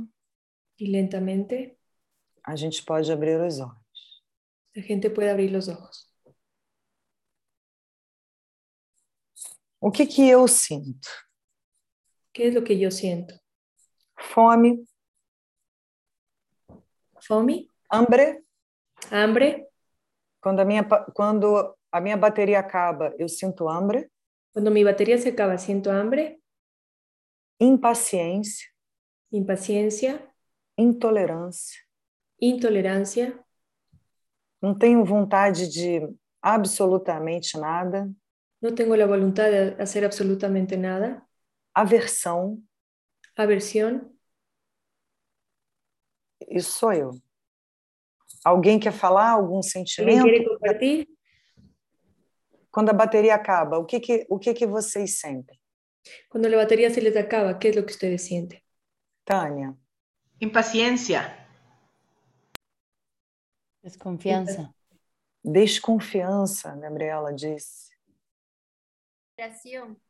A: E lentamente
B: a gente pode abrir os olhos.
A: A gente pode abrir os olhos.
B: O que que eu sinto?
A: Que é o que eu sinto?
B: Fome,
A: fome,
B: hambre.
A: hambre.
B: Quando a minha pa- quando a minha bateria acaba, eu sinto hambre,
A: Cuando mi batería se acaba, siento hambre,
B: impaciência,
A: impaciencia,
B: intolerância.
A: intolerancia.
B: Não tenho vontade de absolutamente nada,
A: No tengo la voluntad de hacer absolutamente nada.
B: aversão.
A: Aversión.
B: Isso sou eu. Alguém quer falar algum
A: ¿Alguien
B: sentimento?
A: quiere compartir?
B: Quando a bateria acaba, o que que o que que vocês sentem?
A: Cuando la batería se les acaba, ¿qué es lo que ustedes sienten?
B: Tânia,
C: Impaciencia.
D: Desconfianza.
B: desconfiança, Gabriela disse.
E: Frustración.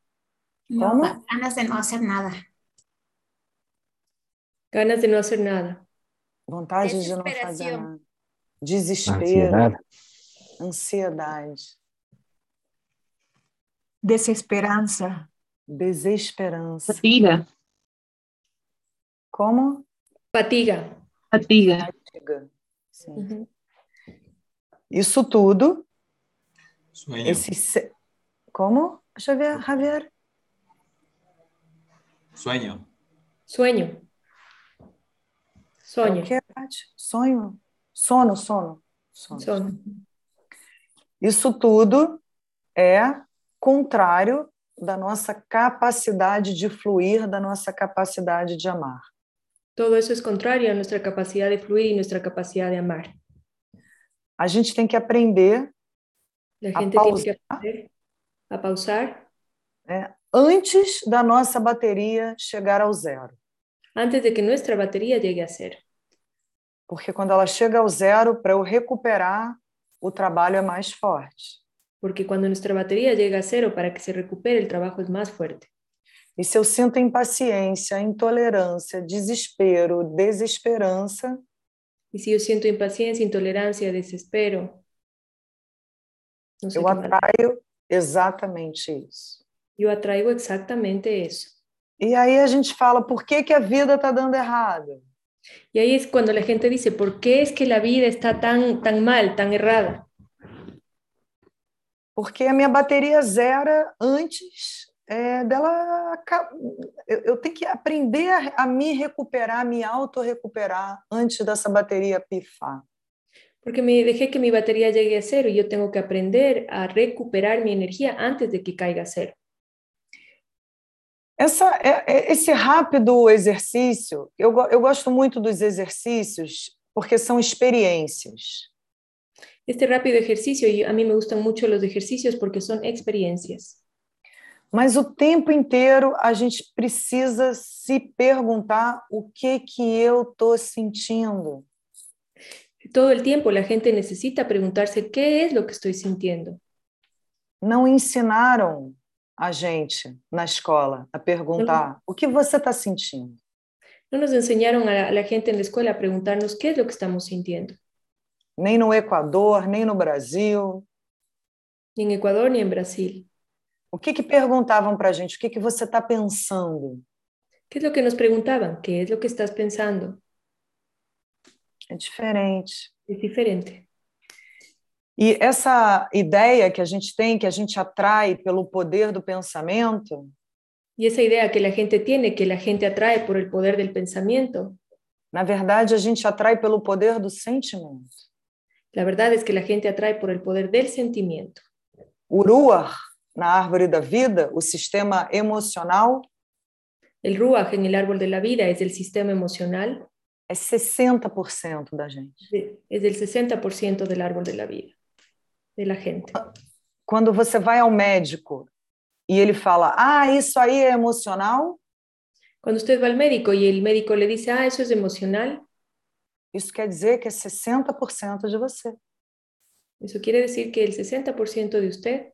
B: ¿Cómo?
E: No, ganas de no hacer nada.
A: Ganas de no hacer nada.
B: Vontade de não fazer nada.
E: Desesperação.
F: Assim, né?
B: Desespero,
G: Ansiedad.
B: ansiedade,
H: Desesperanza.
B: desesperança.
I: Fatiga.
B: Como?
A: Fatiga.
I: Fatiga.
B: Diga. Sim.
A: Ujú.
B: Isso tudo,
F: Sueño.
B: esse se- como? Deixa eu ver, Javier.
F: Sueño.
A: Sueño.
B: É
A: Sueño.
B: O que, Paty? Sonho? Sono, sono. sono.
A: Sono.
B: Isso tudo é contrário da nossa capacidade de fluir, da nossa capacidade de amar.
A: Todo eso es contrario a nuestra capacidad de fluir y nuestra capacidad de amar.
B: A gente tem que aprender
A: La
B: A
A: gente tiene que
B: pausar.
A: aprender a pausar
B: antes da nossa bateria chegar ao zero.
A: antes de que nuestra batería llegue a cero.
B: Porque quando ela chega ao zero, para eu recuperar, o trabalho é mais forte.
A: Porque cuando nuestra batería llega a cero, para que se recupere, el trabajo es más fuerte.
B: E se eu sinto impaciência, intolerância, desespero, desesperança,
A: Y si yo siento impaciencia, intolerancia, desespero, no sé
B: eu
A: qué más.
B: atraio exatamente isso.
A: yo atraigo exactamente eso.
B: E aí a gente fala, por que, que a vida está dando errado?
A: Y ahí es cuando la gente dice, ¿por qué es que la vida está tan, tan mal, tan errada?
B: Porque a minha bateria zera antes é, dela. aca- Eu, eu tenho que aprender a, a me recuperar, a me auto-recuperar antes dessa bateria pifar.
A: Porque me dejé que mi batería llegue a cero y yo tengo que aprender a recuperar mi energía antes de que caiga a cero.
B: Essa, é- é- esse rápido exercício, eu, go- eu gosto muito dos exercícios porque são experiências.
A: Este rápido ejercicio, y a mí me gustan mucho los ejercicios porque son experiencias.
B: Mas o tempo inteiro a gente precisa se perguntar o que que eu estou sentindo.
A: Todo el tiempo la gente necesita preguntarse, ¿qué es lo que estoy sintiendo?
B: não ensinaram a gente na escola a perguntar o que você está sentindo.
A: No nos enseñaron a la, a la gente en la escuela a preguntarnos qué es lo que estamos sintiendo,
B: Nem no Equador, nem no Brasil.
A: ni en Ecuador ni en Brasil.
B: O que, que perguntavam para a gente? O que, que você está pensando?
A: ¿Qué es lo que nos preguntaban? ¿Qué es lo que estás pensando?
B: É diferente.
A: Es diferente.
B: E essa ideia que a gente tem, que a gente atrai pelo poder do pensamento,
A: Y esa idea que la gente tiene, que la gente atrae por el poder del pensamiento,
B: na verdade a gente atrai pelo poder do sentimento.
A: la verdad es que la gente atrae por el poder del sentimiento.
B: O Ruach, na árvore da vida, o sistema emocional,
A: El ruaj en el árbol de la vida es del sistema emocional,
B: é 60% da gente.
A: de- es del 60% del árbol de la vida, de la gente.
B: quando você vai ao médico e ele fala, ah, isso aí é emocional,
A: Cuando usted va al médico y el médico le dice, ah, eso es emocional,
B: isso quer dizer que é 60% de você.
A: eso quiere decir que el 60% de usted,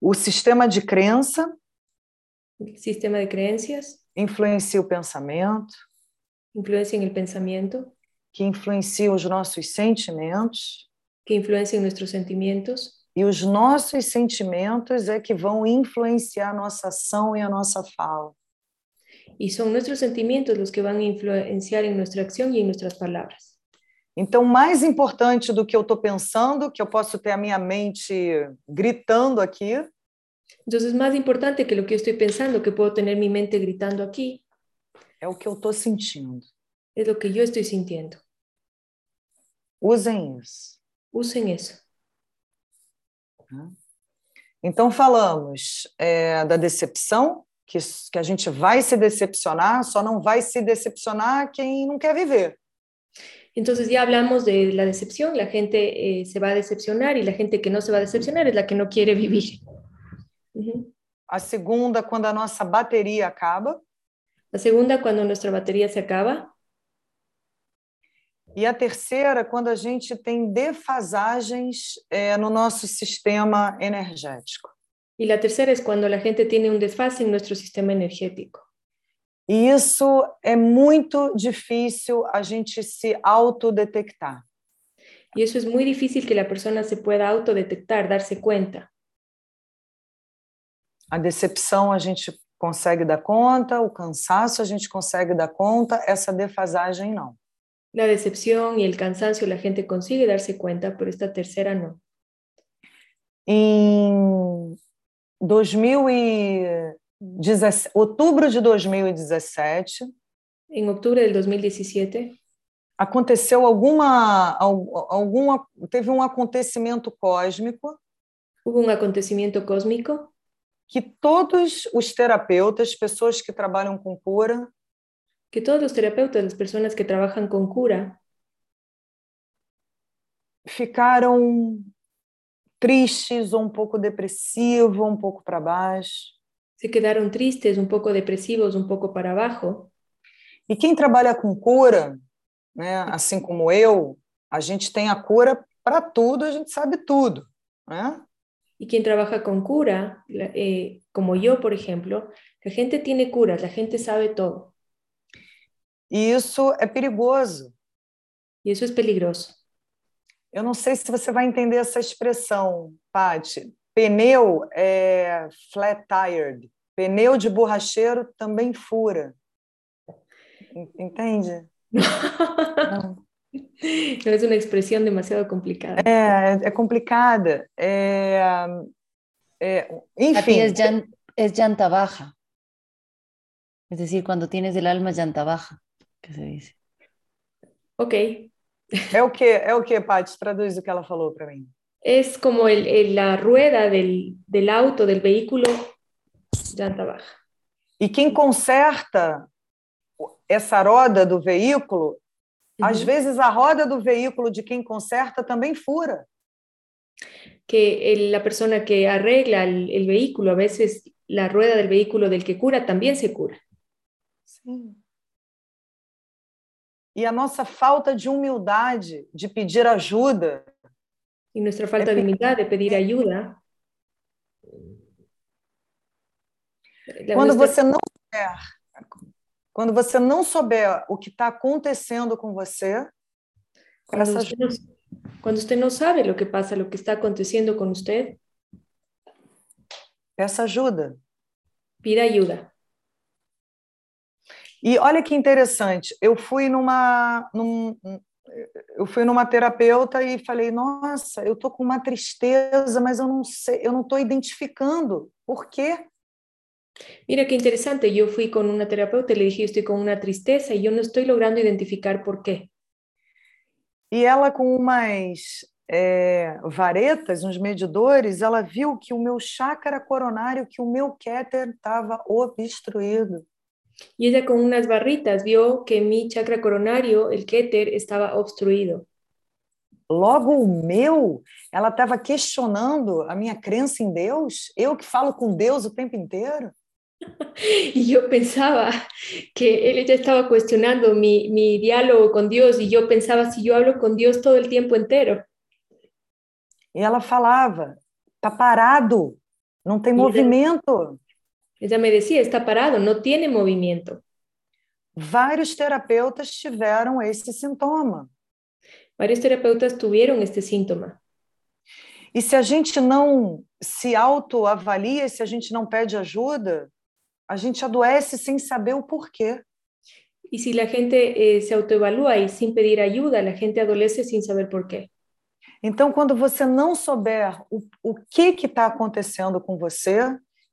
B: O sistema de crença
A: el sistema de creencias,
B: influencia o pensamento,
A: influencia en el pensamiento,
B: que influencia os nossos sentimentos,
A: que influencia en nuestros sentimientos,
B: e os nossos sentimentos é que vão influenciar a nossa ação e a nossa fala.
A: y son nuestros sentimientos los que van a influenciar en nuestra acción y en nuestras palabras.
B: Então, mais importante do que eu estou pensando, que eu posso ter a minha mente gritando aqui,
A: Entonces, más importante que lo que yo estoy pensando, que puedo tener mi mente gritando aquí,
B: é o que eu estou sentindo.
A: es lo que yo estoy sintiendo.
B: Usem isso.
A: Usen eso.
B: Então, falamos é, da decepção, que, s- que a gente vai se decepcionar, só não vai se decepcionar quem não quer viver.
A: Entonces ya hablamos de la decepción, la gente eh, se va a decepcionar y la gente que no se va a decepcionar es la que no quiere vivir. Ujú.
B: A segunda, quando a nossa bateria acaba.
A: La segunda, cuando nuestra batería se acaba.
B: E a terceira, quando a gente tem defasagens é, no nosso sistema energético.
A: Y la tercera es cuando la gente tiene un desfase en nuestro sistema energético.
B: E isso é muito difícil a gente se autodetectar.
A: Y eso es muy difícil que la persona se pueda autodetectar, darse cuenta.
B: A decepção a gente consegue dar conta, o cansaço a gente consegue dar conta, essa defasagem não.
A: La decepción y el cansancio la gente consigue darse cuenta, pero esta tercera no.
B: Em 2017, outubro de 2017,
A: En octubre del 2017
B: aconteceu alguma, al- alguma teve um acontecimento cósmico
A: hubo un acontecimiento cósmico
B: que todos os terapeutas, pessoas que trabalham com cura,
A: que todos los terapeutas, las personas que trabajan con cura,
B: ficaram tristes, ou um pouco depressivo, um pouco para baixo.
A: se quedaron tristes, un poco depresivos, un poco para abajo.
B: E quem trabalha com cura, né, assim como eu, a gente tem a cura para tudo, a gente sabe tudo, né?
A: Y quien trabaja con cura, la- eh, como yo, por ejemplo, la gente tiene curas, la gente sabe todo.
B: E isso é perigoso.
A: Y eso es peligroso.
B: Eu não sei se você vai entender essa expressão, Paty. Pneu é flat tired. Pneu de borracheiro também fura. En- Entende? Não.
A: No es una expresión demasiado complicada.
B: É, é complicada. É, é,
D: Aquí
B: enfim.
D: es, llan- es llanta baja. Es decir, cuando tienes el alma llanta baja, que se dice.
A: Ok,
B: É o que, é o que, Paty? Traduz o que ela falou para mim.
A: es como el- el- la rueda del, del auto, del vehículo, llanta baja.
B: E quem conserta o- esa roda do veículo, às
A: Ujú.
B: vezes a roda do veículo de quem conserta também fura.
A: Que el- la persona que arregla el, el vehículo, a veces la rueda del vehículo del que cura también se cura.
B: Sim. E a nossa falta de humildade de pedir ajuda
A: Y nuestra falta de humildad de pedir ayuda. La-
B: quando
A: nuestra-
B: você não souber, quando você não souber o que está acontecendo com você,
A: cuando,
B: essas-
A: usted no, cuando usted no sabe lo que pasa, lo que está aconteciendo con usted,
B: peça ajuda.
A: pida ayuda.
B: E olha que interessante, eu fui numa, num- eu fui numa terapeuta e falei, nossa, eu tô com uma tristeza, mas eu não sei, eu não estou identificando por quê.
A: Mira qué interesante, yo fui con una terapeuta y le dije, yo estoy con una tristeza y yo no estoy logrando identificar por qué.
B: E ela com umas eh, varetas, uns medidores, ela viu que o meu chácara coronário, que o meu Keter estava obstruído.
A: Y ella con unas barritas vio que mi chakra coronario, el Keter, estaba obstruido.
B: Logo o meu, ela estava questionando a minha crença em Deus, eu que falo com Deus o tempo inteiro.
A: Y yo pensaba que él ya estaba cuestionando mi, mi diálogo con Dios y yo pensaba si yo hablo con Dios todo el tiempo entero.
B: E ela falava: tá parado, não tem
A: E ele-
B: movimento.
A: Ella me decía, está parado, no tiene movimiento.
B: Vários terapeutas tiveram esse sintoma.
A: Varios terapeutas tuvieron este síntoma.
B: E se a gente não se autoavalia, se a gente não pede ajuda, a gente adoece sem saber o porquê.
A: Y si la gente eh, se autoevalúa y sin pedir ayuda, la gente adolece sin saber por qué.
B: Então, quando você não souber o, o que está acontecendo com você,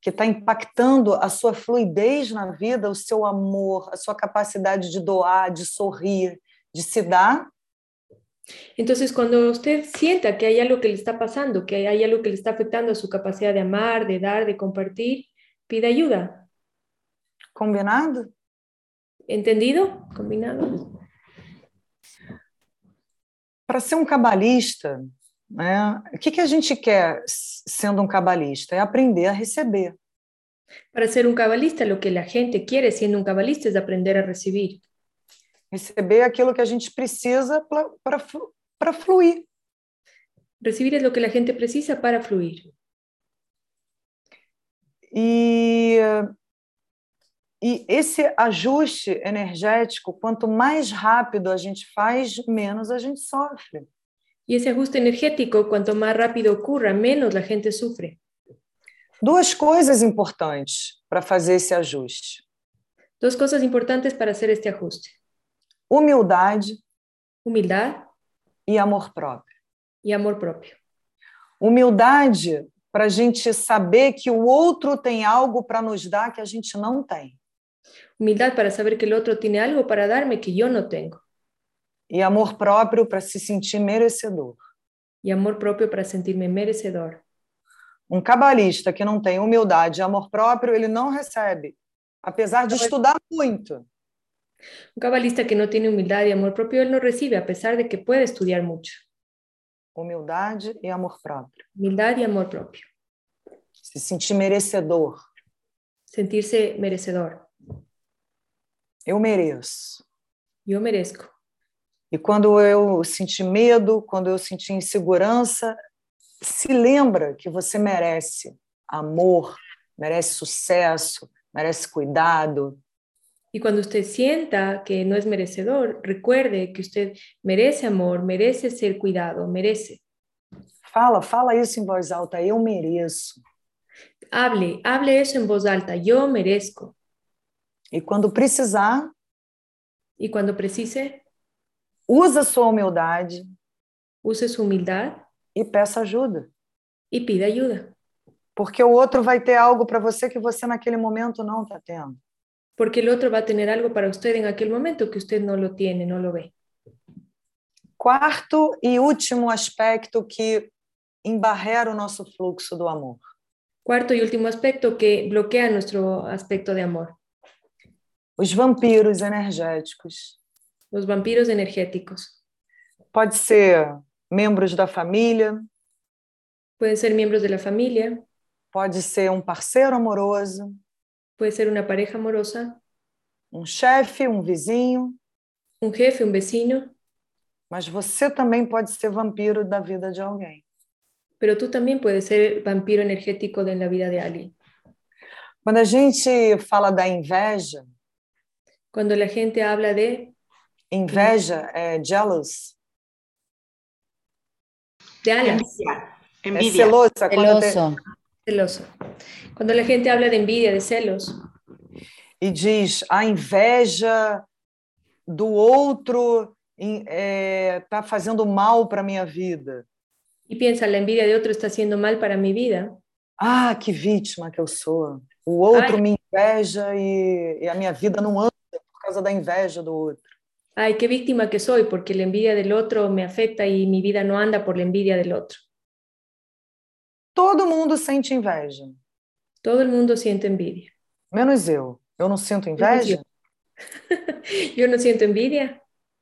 B: que está impactando a sua fluidez na vida, o seu amor, a sua capacidade de doar, de sorrir, de se dar,
A: Entonces, cuando usted sienta que hay algo que le está pasando, que hay algo que le está afectando a su capacidad de amar, de dar, de compartir, pide ayuda.
B: combinado?
A: ¿Entendido? ¿Combinado?
B: Para ser um cabalista, né, o que, que a gente quer s- sendo um cabalista? É aprender a receber.
A: Para ser un cabalista, lo que la gente quiere siendo un cabalista es aprender a recibir,
B: Receber aquilo que a gente precisa para fluir.
A: Recibir es lo que la gente precisa para fluir.
B: E, e esse ajuste energético, quanto mais rápido a gente faz, menos a gente sofre.
A: Y ese ajuste energético, cuanto más rápido ocurra, menos la gente sufre.
B: Duas coisas importantes para fazer esse ajuste:
A: Dos cosas importantes para hacer este ajuste.
B: humildade
A: Humildad
B: e amor próprio.
A: y amor propio.
B: Humildade para a gente saber que o outro tem algo para nos dar que a gente não tem.
A: Humildad para saber que el otro tiene algo para darme que yo no tengo.
B: E amor próprio para se sentir merecedor.
A: Y amor propio para sentirme merecedor.
B: Um cabalista que não tem humildade e amor próprio, ele não recebe, apesar de estudar muito.
A: Un cabalista que no tiene humildad y amor propio, él no recibe, a pesar de que puede estudiar mucho.
B: humildade e amor próprio.
A: Humildad y amor propio.
B: Se sentir merecedor.
A: Sentirse merecedor.
B: Eu mereço.
A: Yo merezco.
B: E quando eu sentir medo, quando eu sentir insegurança, se lembra que você merece amor, merece sucesso, merece cuidado.
A: Y cuando usted sienta que no es merecedor, recuerde que usted merece amor, merece ser cuidado, merece.
B: Fala, fala isso em voz alta. Eu mereço.
A: Hable, hable eso en voz alta, yo merezco.
B: E quando precisar,
A: Y cuando precise,
B: usa sua humildade
A: use su humildad
B: e peça ajuda,
A: y pida ayuda,
B: porque o outro vai ter algo para você que você naquele momento não está tendo.
A: porque el otro va a tener algo para usted en aquel momento que usted no lo tiene, no lo ve.
B: Quarto e último aspecto que embarrera o nosso fluxo do amor:
A: Cuarto y último aspecto que bloquea nuestro aspecto de amor,
B: os vampiros energéticos.
A: los vampiros energéticos.
B: Pode ser membros da família,
A: Pueden ser miembros de la familia,
B: pode ser um parceiro amoroso,
A: puede ser una pareja amorosa,
B: um chefe, um vizinho,
A: un jefe, un vecino,
B: mas você também pode ser vampiro da vida de alguém.
A: pero tú también puedes ser vampiro energético de- en la vida de alguien.
B: Quando a gente fala da inveja,
A: Cuando la gente habla de,
B: inveja é jealous,
A: de alas,
C: Envidia.
B: é
C: Envidia.
B: celosa. quando tem-
D: Celoso.
A: celoso. Cuando la gente habla de envidia, de celos,
B: e diz a inveja do outro está fazendo mal para minha vida.
A: y piensa, la envidia de otro está haciendo mal para mi vida,
B: Ah, que vítima que eu sou! O outro
A: Ai.
B: me inveja e, e a minha vida não anda por causa da inveja do outro.
A: ay, qué víctima que soy porque la envidia del otro me afecta y mi vida no anda por la envidia del otro.
B: Todo mundo sente inveja,
A: Todo el mundo siente envidia.
B: menos eu. Eu não sinto inveja?
A: Yo no siento envidia.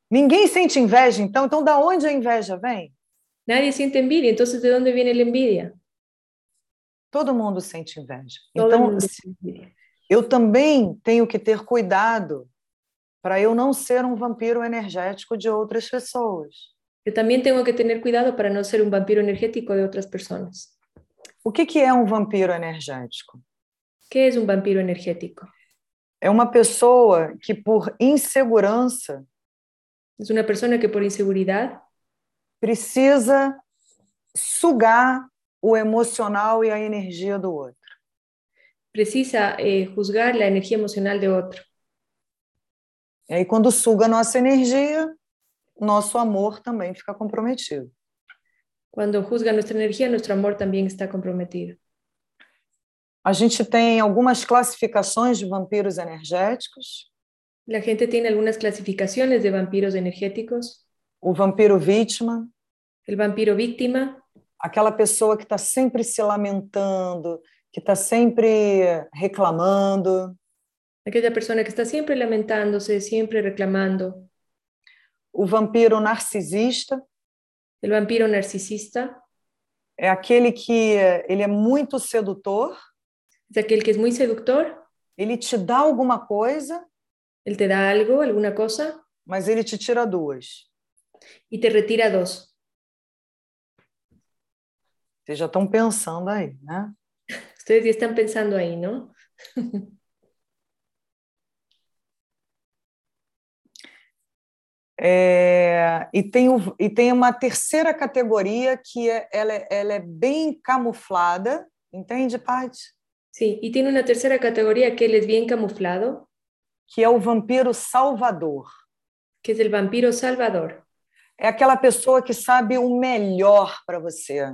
B: Ninguém sente inveja, então? Então, da onde a inveja vem?
A: Nadie siente envidia. Entonces, ¿de dónde viene la envidia?
B: Todo mundo sente inveja.
A: Todo el
B: Então,
A: mundo siente envidia.
B: eu também tenho que ter cuidado para eu não ser um vampiro energético de outras pessoas.
A: Yo también tengo que tener cuidado para no ser un vampiro energético de otras personas.
B: O que, que é um vampiro energético?
A: ¿Qué es un vampiro energético?
B: É uma pessoa que, por insegurança,
A: Es una persona que por inseguridad
B: precisa sugar o emocional e a energia do outro.
A: precisa eh, juzgar la energía emocional de otro.
B: E aí, quando suga a nossa energia, nosso amor também fica comprometido.
A: Cuando juzga nuestra energía, nuestro amor también está comprometido.
B: A gente tem algumas classificações de vampiros energéticos.
A: La gente tiene algunas clasificaciones de vampiros energéticos.
B: O vampiro vítima,
A: El vampiro víctima,
B: aquela pessoa que está sempre se lamentando, que está sempre reclamando.
A: aquella persona que está siempre lamentándose, siempre reclamando.
B: O vampiro narcisista
A: El vampiro narcisista
B: é aquele que eh, ele é muito sedutor,
A: es aquel que es muy seductor.
B: ele te dá alguma coisa,
A: Él te da algo, alguna cosa,
B: mas ele te tira duas.
A: y te retira dos.
B: Vocês já estão pensando aí, né?
A: Ustedes ya están pensando ahí, ¿no?
B: É, e, tem o- e tem uma terceira categoria que é, ela, é- ela é bem camuflada, entende, Paty?
A: Sí, y tiene una tercera categoría que él es bien camuflado,
B: Que é o vampiro salvador.
A: que es el vampiro salvador.
B: É aquela pessoa que sabe o melhor para você.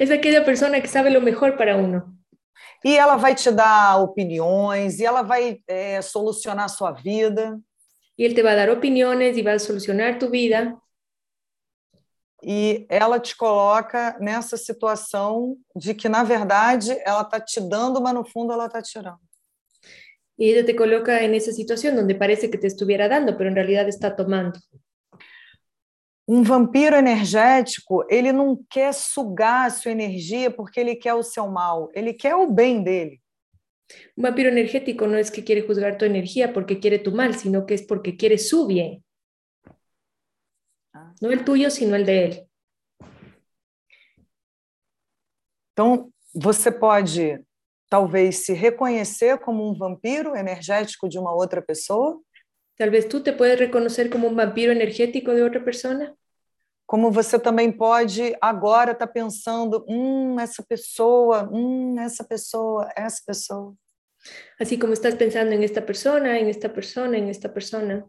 A: Es aquella persona que sabe lo mejor para uno.
B: E ela vai te dar opiniões, e ela vai é, solucionar a sua vida.
A: Y él te va a dar opiniones y va a solucionar tu vida.
B: E ela te coloca nessa situação de que, na verdade, ela está te dando, mas no fundo ela está tirando.
A: Y ella te coloca en esa situación donde parece que te estuviera dando, pero en realidad está tomando.
B: Um vampiro energético, ele não quer sugar a sua energia porque ele quer o seu mal, ele quer o bem dele.
A: Un vampiro energético no es que quiere juzgar tu energía porque quiere tu mal, sino que es porque quiere su bien.
B: Ah.
A: No el tuyo, sino el de él.
B: Então, você pode talvez se reconhecer como um vampiro energético de uma outra pessoa,
A: Tal vez tú te puedes reconocer como un vampiro energético de otra persona.
B: Como você também pode agora estar pensando, hum, essa pessoa, hum, essa pessoa, essa pessoa.
A: Así como estás pensando en esta persona, en esta persona, en esta persona.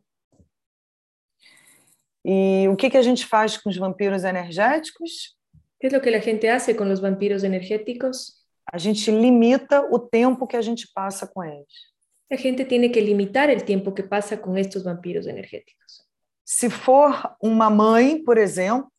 B: E o que, que a gente faz com os vampiros energéticos?
A: ¿Qué es lo que la gente hace con los vampiros energéticos?
B: A gente limita o tempo que a gente passa com eles.
A: La gente tiene que limitar el tiempo que pasa con estos vampiros energéticos.
B: Se for uma mãe, por exemplo,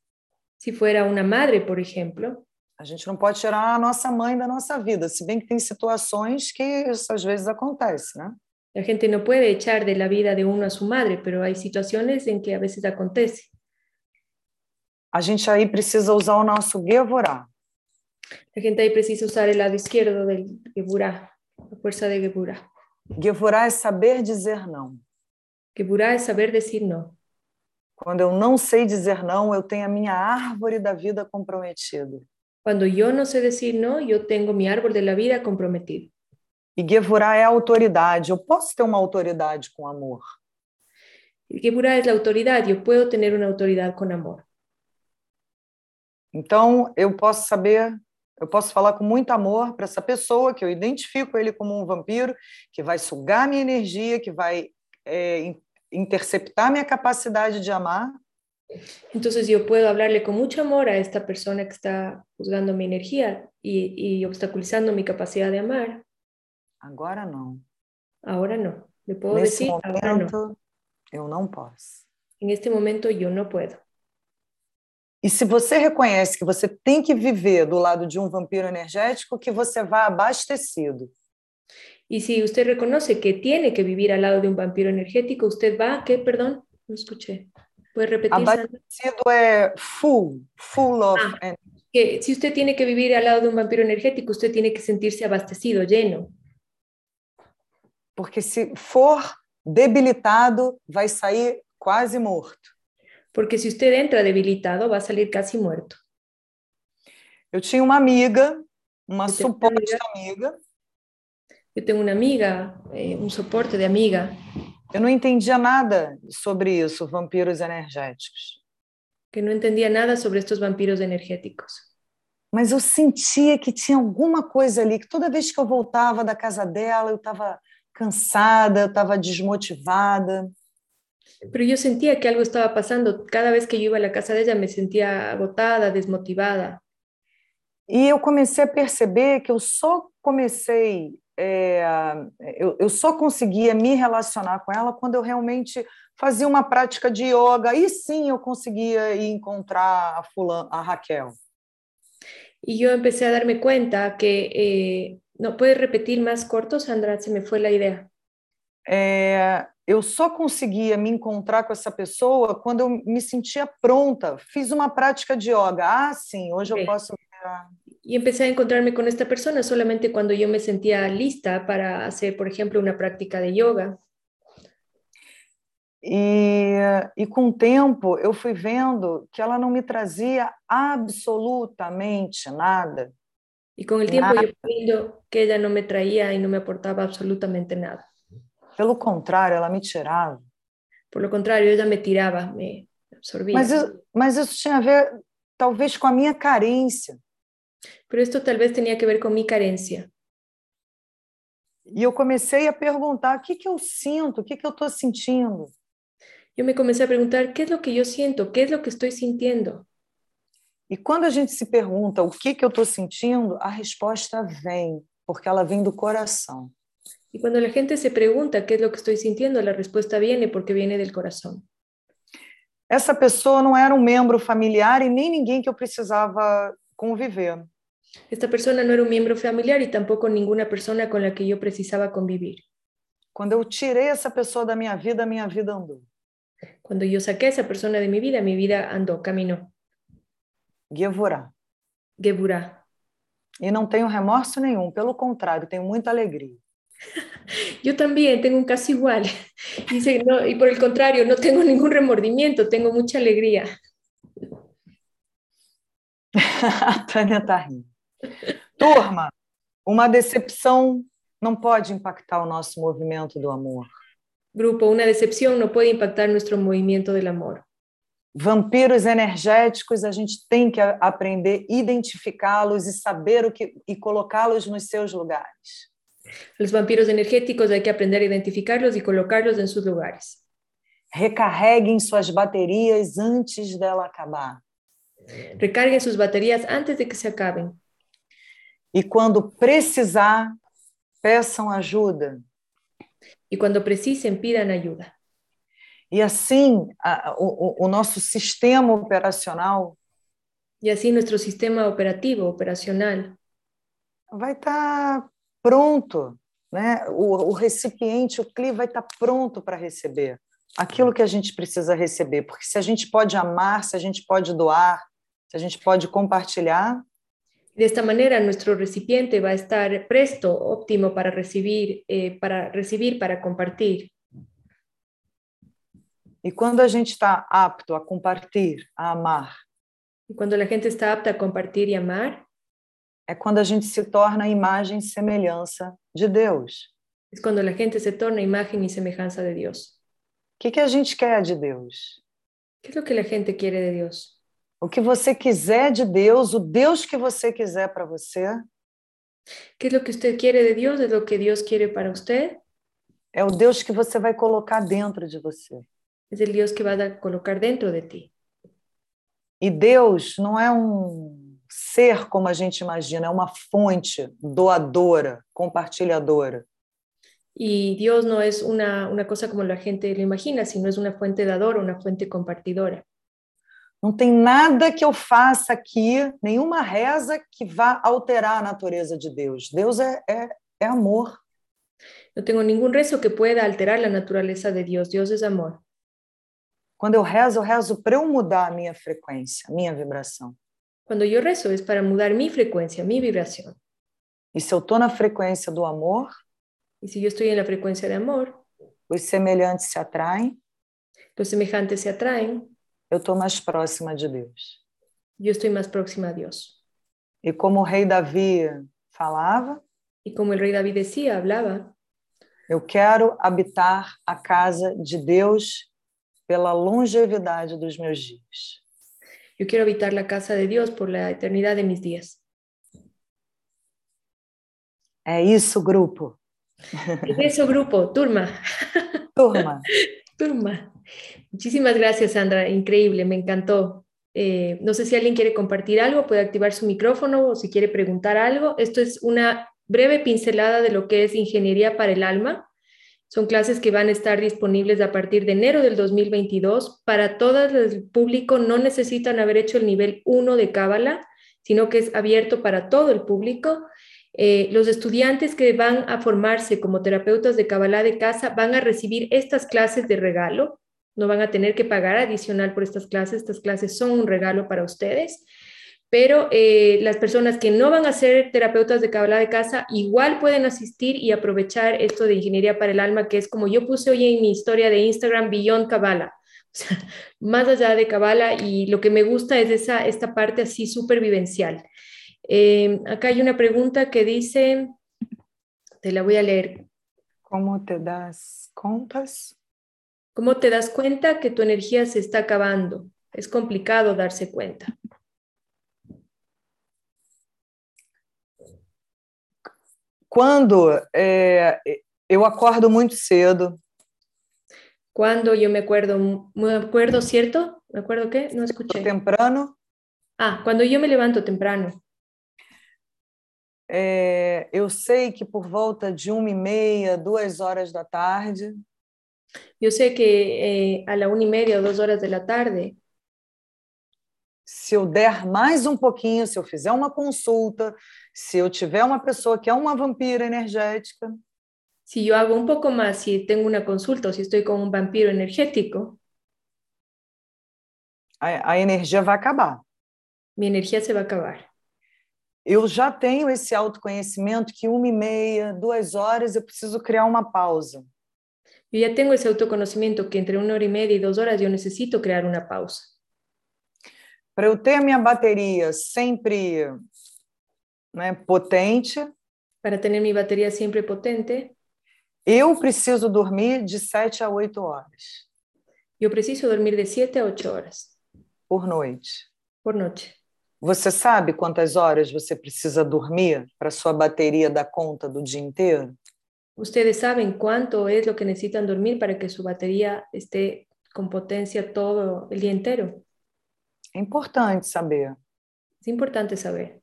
A: Si fuera una madre, por ejemplo,
B: a gente não pode tirar a nossa mãe da nossa vida, se bem que tem situações que isso às vezes acontece, né?
A: la gente no puede echar de la vida de uno a su madre, pero hay situaciones en que a veces acontece.
B: A gente aí precisa usar o nosso Guevorá.
A: La gente ahí precisa usar el lado izquierdo del Geburá, la fuerza de Geburá.
B: Guevorá é saber dizer não.
A: Geburá es saber decir no.
B: Quando eu não sei dizer não, eu tenho a minha árvore da vida comprometida.
A: Cuando yo no sé decir no, yo tengo mi árbol de la vida comprometido.
B: E Gevurá é a autoridade. Eu posso ter uma autoridade com amor.
A: El Geburá es la autoridad, yo puedo tener una autoridad con amor.
B: Então, eu posso saber, eu posso falar com muito amor para essa pessoa, que eu identifico ele como um vampiro, que vai sugar minha energia, que vai é, in- interceptar minha capacidade de amar.
A: Entonces yo puedo hablarle con mucho amor a esta persona que está juzgando mi energía y, y obstaculizando mi capacidad de amar.
B: Agora não.
A: Ahora no. Le puedo
B: Nesse
A: decir, ahora no.
B: momento, eu não posso.
A: En este momento yo no puedo.
B: E se você reconhece que você tem que viver do lado de um vampiro energético, que você vá abastecido.
A: Y si usted reconoce que tiene que vivir al lado de un vampiro energético, usted va, ¿qué? Perdón, no escuché. ¿Puede repetir?
B: Abate-
A: Sandra?
B: Sido é full, full of. and-
A: Que si usted tiene que vivir al lado de un vampiro energético, usted tiene que sentirse abastecido, lleno.
B: Porque se for debilitado, vai sair quase morto.
A: Porque si usted entra debilitado, va a salir casi muerto.
B: Eu tinha uma amiga, uma
A: Eu tenho
B: suposta amiga,
A: Yo tengo una amiga, eh, un soporte de amiga,
B: eu não entendia nada sobre isso, vampiros energéticos.
A: que no entendía nada sobre estos vampiros energéticos.
B: mas eu sentia que tinha alguma coisa ali, que toda vez que eu voltava da casa dela, eu estava cansada, eu estava desmotivada.
A: Pero yo sentía que algo estaba pasando. Cada vez que yo iba a la casa de ella me sentía agotada, desmotivada.
B: E eu comecei a perceber que eu só comecei, é, eu, eu só conseguia me relacionar com ela quando eu realmente fazia uma prática de yoga, e sim eu conseguia ir encontrar a, fulan, a Raquel.
A: Y yo empecé a darme cuenta que... eh, ¿No puedes repetir más corto, Sandra? Se me fue la idea.
B: É, eu só conseguia me encontrar com essa pessoa quando eu me sentia pronta. Fiz uma prática de yoga. Ah, sim, hoje
A: Ok.
B: eu posso.
A: Y empecé a encontrarme con esta persona solamente cuando yo me sentía lista para hacer, por ejemplo, una práctica de yoga.
B: E, e com o tempo eu fui vendo que ela não me trazia absolutamente nada.
A: Y con el tiempo
B: Nada.
A: yo fui viendo que ella no me traía y no me aportaba absolutamente nada.
B: Pelo contrário, ela me tirava.
A: Por lo contrario, ella me tiraba, me absorbía.
B: Mas, eu- mas isso tinha a ver, talvez, com a minha carência.
A: Pero esto tal vez tenía que ver con mi carencia.
B: E eu comecei a perguntar: o que, que eu sinto? O que, que eu estou sentindo?
A: Yo me comencé a preguntar, ¿qué es lo que yo siento? ¿Qué es lo que estoy sintiendo?
B: E quando a gente se pergunta o que, que eu estou sentindo, a resposta vem, porque ela vem do coração.
A: Y cuando la gente se pregunta qué es lo que estoy sintiendo, la respuesta viene porque viene del corazón.
B: Essa pessoa não era um membro familiar e nem ninguém que eu precisava conviver.
A: Esta persona no era un miembro familiar y tampoco ninguna persona con la que yo precisaba convivir.
B: Quando eu tirei essa pessoa da minha vida, a minha vida andou.
A: Cuando yo saqué a esa persona de mi vida, mi vida andó, caminó.
B: Guevurá.
A: Geburá.
B: E não tenho remorso nenhum, pelo contrário, tenho muita alegria.
A: Yo también tengo un caso igual. Dice, no, y por el contrario, no tengo ningún remordimiento, tengo mucha alegría.
B: a Tânia está rindo. Turma, uma decepção não pode impactar o nosso movimento do amor.
A: Grupo, una decepción no puede impactar nuestro movimiento del amor.
B: vampiros energéticos, a gente tem que a- aprender a identificá-los e saber o que e colocá-los nos seus lugares.
A: Los vampiros energéticos hay que aprender a identificarlos y colocarlos en sus lugares.
B: Recarreguem suas baterias antes dela acabar.
A: Recarguen sus baterías antes de que se acaben.
B: E quando precisar, peçam ajuda.
A: Y cuando precisen, pidan ayuda.
B: E assim, a- a- o, o- o nosso sistema operacional
A: Y así nuestro sistema operativo, operacional,
B: vai estar pronto, né? O, o recipiente, o CLI vai estar pronto para receber aquilo que a gente precisa receber, porque se a gente pode amar, se a gente pode doar, se a gente pode compartilhar,
A: De esta manera, nuestro recipiente va a estar presto, óptimo para recibir, eh, para recibir, para compartir.
B: e quando a gente está apto a compartilhar, a amar,
A: Y cuando la gente está apta a compartir y amar,
B: é quando a gente se torna a imagem e semelhanza de Deus.
A: es cuando la gente se torna imagen y semejanza de Dios.
B: O que, que a gente quer de Deus?
A: ¿Qué es lo que la gente quiere de Dios?
B: O que você quiser de Deus, o Deus que você quiser para você,
A: ¿Qué es lo que usted quiere de Dios? ¿Es lo que Dios quiere para usted?
B: é o Deus que você vai colocar dentro de você.
A: Es el Dios que va a colocar dentro de ti.
B: E Deus não é um ser como a gente imagina, é uma fonte doadora, compartilhadora.
A: Y Dios no es una, una cosa como la gente lo imagina, sino es una fuente dadora, una fuente compartidora.
B: Não tem nada que eu faça aqui, nenhuma reza que vá alterar a natureza de Deus. Deus é, é, é amor.
A: No tengo ningún rezo que pueda alterar la naturaleza de Dios. Dios es amor.
B: Quando eu rezo, eu rezo para eu mudar a minha frequência, a minha vibração.
A: Cuando yo rezo es para mudar mi frecuencia, mi vibración.
B: E se eu estou na frequência do amor,
A: Y si yo estoy en la frecuencia de amor,
B: os semelhantes se atraem,
A: los semejantes se atraen,
B: eu estou mais próxima de Deus.
A: yo estoy más próxima a Dios.
B: E como o rei Davi falava,
A: Y como el rey David decía, hablaba,
B: Eu quero habitar a casa de Deus pela longevidade dos meus dias.
A: yo quiero habitar la casa de Dios por la eternidad de mis días.
B: É isso, grupo.
A: Eso grupo, turma,
B: Turma,
A: turma. Muchísimas gracias, Sandra. Increíble, me encantó. Eh, no sé si alguien quiere compartir algo, puede activar su micrófono o si quiere preguntar algo. Esto es una breve pincelada de lo que es Ingeniería para el Alma. Son clases que van a estar disponibles a partir de enero del 2022. Para todo el público no necesitan haber hecho el nivel 1 de Cábala, sino que es abierto para todo el público. Eh, los estudiantes que van a formarse como terapeutas de Kabbalah de casa van a recibir estas clases de regalo. No van a tener que pagar adicional por estas clases. Estas clases son un regalo para ustedes. Pero eh, las personas que no van a ser terapeutas de Kabbalah de casa igual pueden asistir y aprovechar esto de Ingeniería para el Alma, que es como yo puse hoy en mi historia de Instagram, Beyond Kabbalah. O sea, más allá de Kabbalah y lo que me gusta es esa, esta parte así supervivencial. Eh, acá hay una pregunta que dice, te la voy a leer.
B: como te das contas?
A: ¿Cómo te das cuenta que tu energía se está acabando? Es complicado darse cuenta.
B: Quando é, eu acordo muito cedo,
A: Cuando yo me acuerdo, me acuerdo, ¿cierto? ¿Me acuerdo qué? No
B: tô
A: escuché.
B: temprano,
A: Ah, cuando yo me levanto temprano.
B: é, eu sei que por volta de uma e meia, duas horas da tarde,
A: Yo sé que eh, a la una y media o dos horas de la tarde,
B: se eu der mais um pouquinho, se eu fizer uma consulta, se eu tiver uma pessoa que é uma vampira energética,
A: si yo hago un poco más, si tengo una consulta o si estoy con un vampiro energético,
B: a, a energia vai acabar.
A: mi energía se va a acabar.
B: Eu já tenho esse autoconhecimento que uma e meia, duas horas, eu preciso criar uma pausa.
A: Yo ya tengo ese autoconocimiento que entre una hora y media y dos horas yo necesito crear una pausa.
B: Para eu ter a minha bateria sempre né, potente,
A: Para tener mi batería siempre potente,
B: eu preciso dormir de sete a oito horas
A: yo preciso dormir de 7 a 8 horas
B: por noite.
A: por noche.
B: Você sabe quantas horas você precisa dormir para sua bateria dar conta do dia inteiro?
A: Ustedes saben cuánto es lo que necesitan dormir para que su batería esté con potencia todo el día entero.
B: É importante saber.
A: Es importante saber.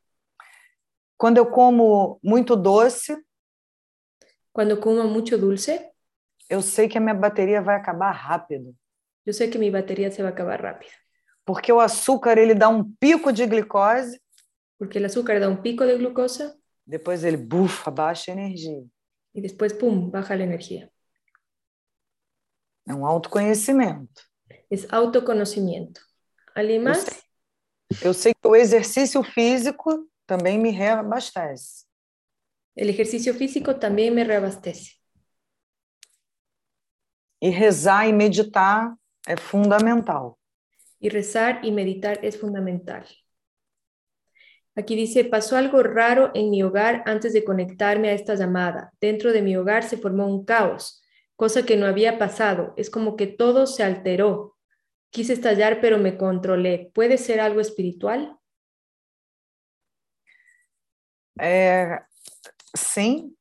B: Quando eu como muito doce,
A: Cuando como mucho dulce,
B: eu sei que a minha bateria vai acabar rápido,
A: yo sé que mi batería se va a acabar rápido,
B: porque o açúcar ele dá um pico de glicose,
A: porque el azúcar da un pico de glucosa
B: depois ele bufa, baixa a energia.
A: y después, ¡pum!, baja la energía.
B: É um autoconhecimento.
A: Es autoconocimiento. ¿Alguien más?
B: Eu sei que o exercício físico também me reabastece.
A: El ejercicio físico también me reabastece.
B: E rezar e meditar é fundamental.
A: y rezar y meditar es fundamental. Aquí dice, pasó algo raro en mi hogar antes de conectarme a esta llamada. Dentro de mi hogar se formó un caos, cosa que no había pasado. Es como que todo se alteró. Quise estallar, pero me controlé. ¿Puede ser algo espiritual?
B: É, sim,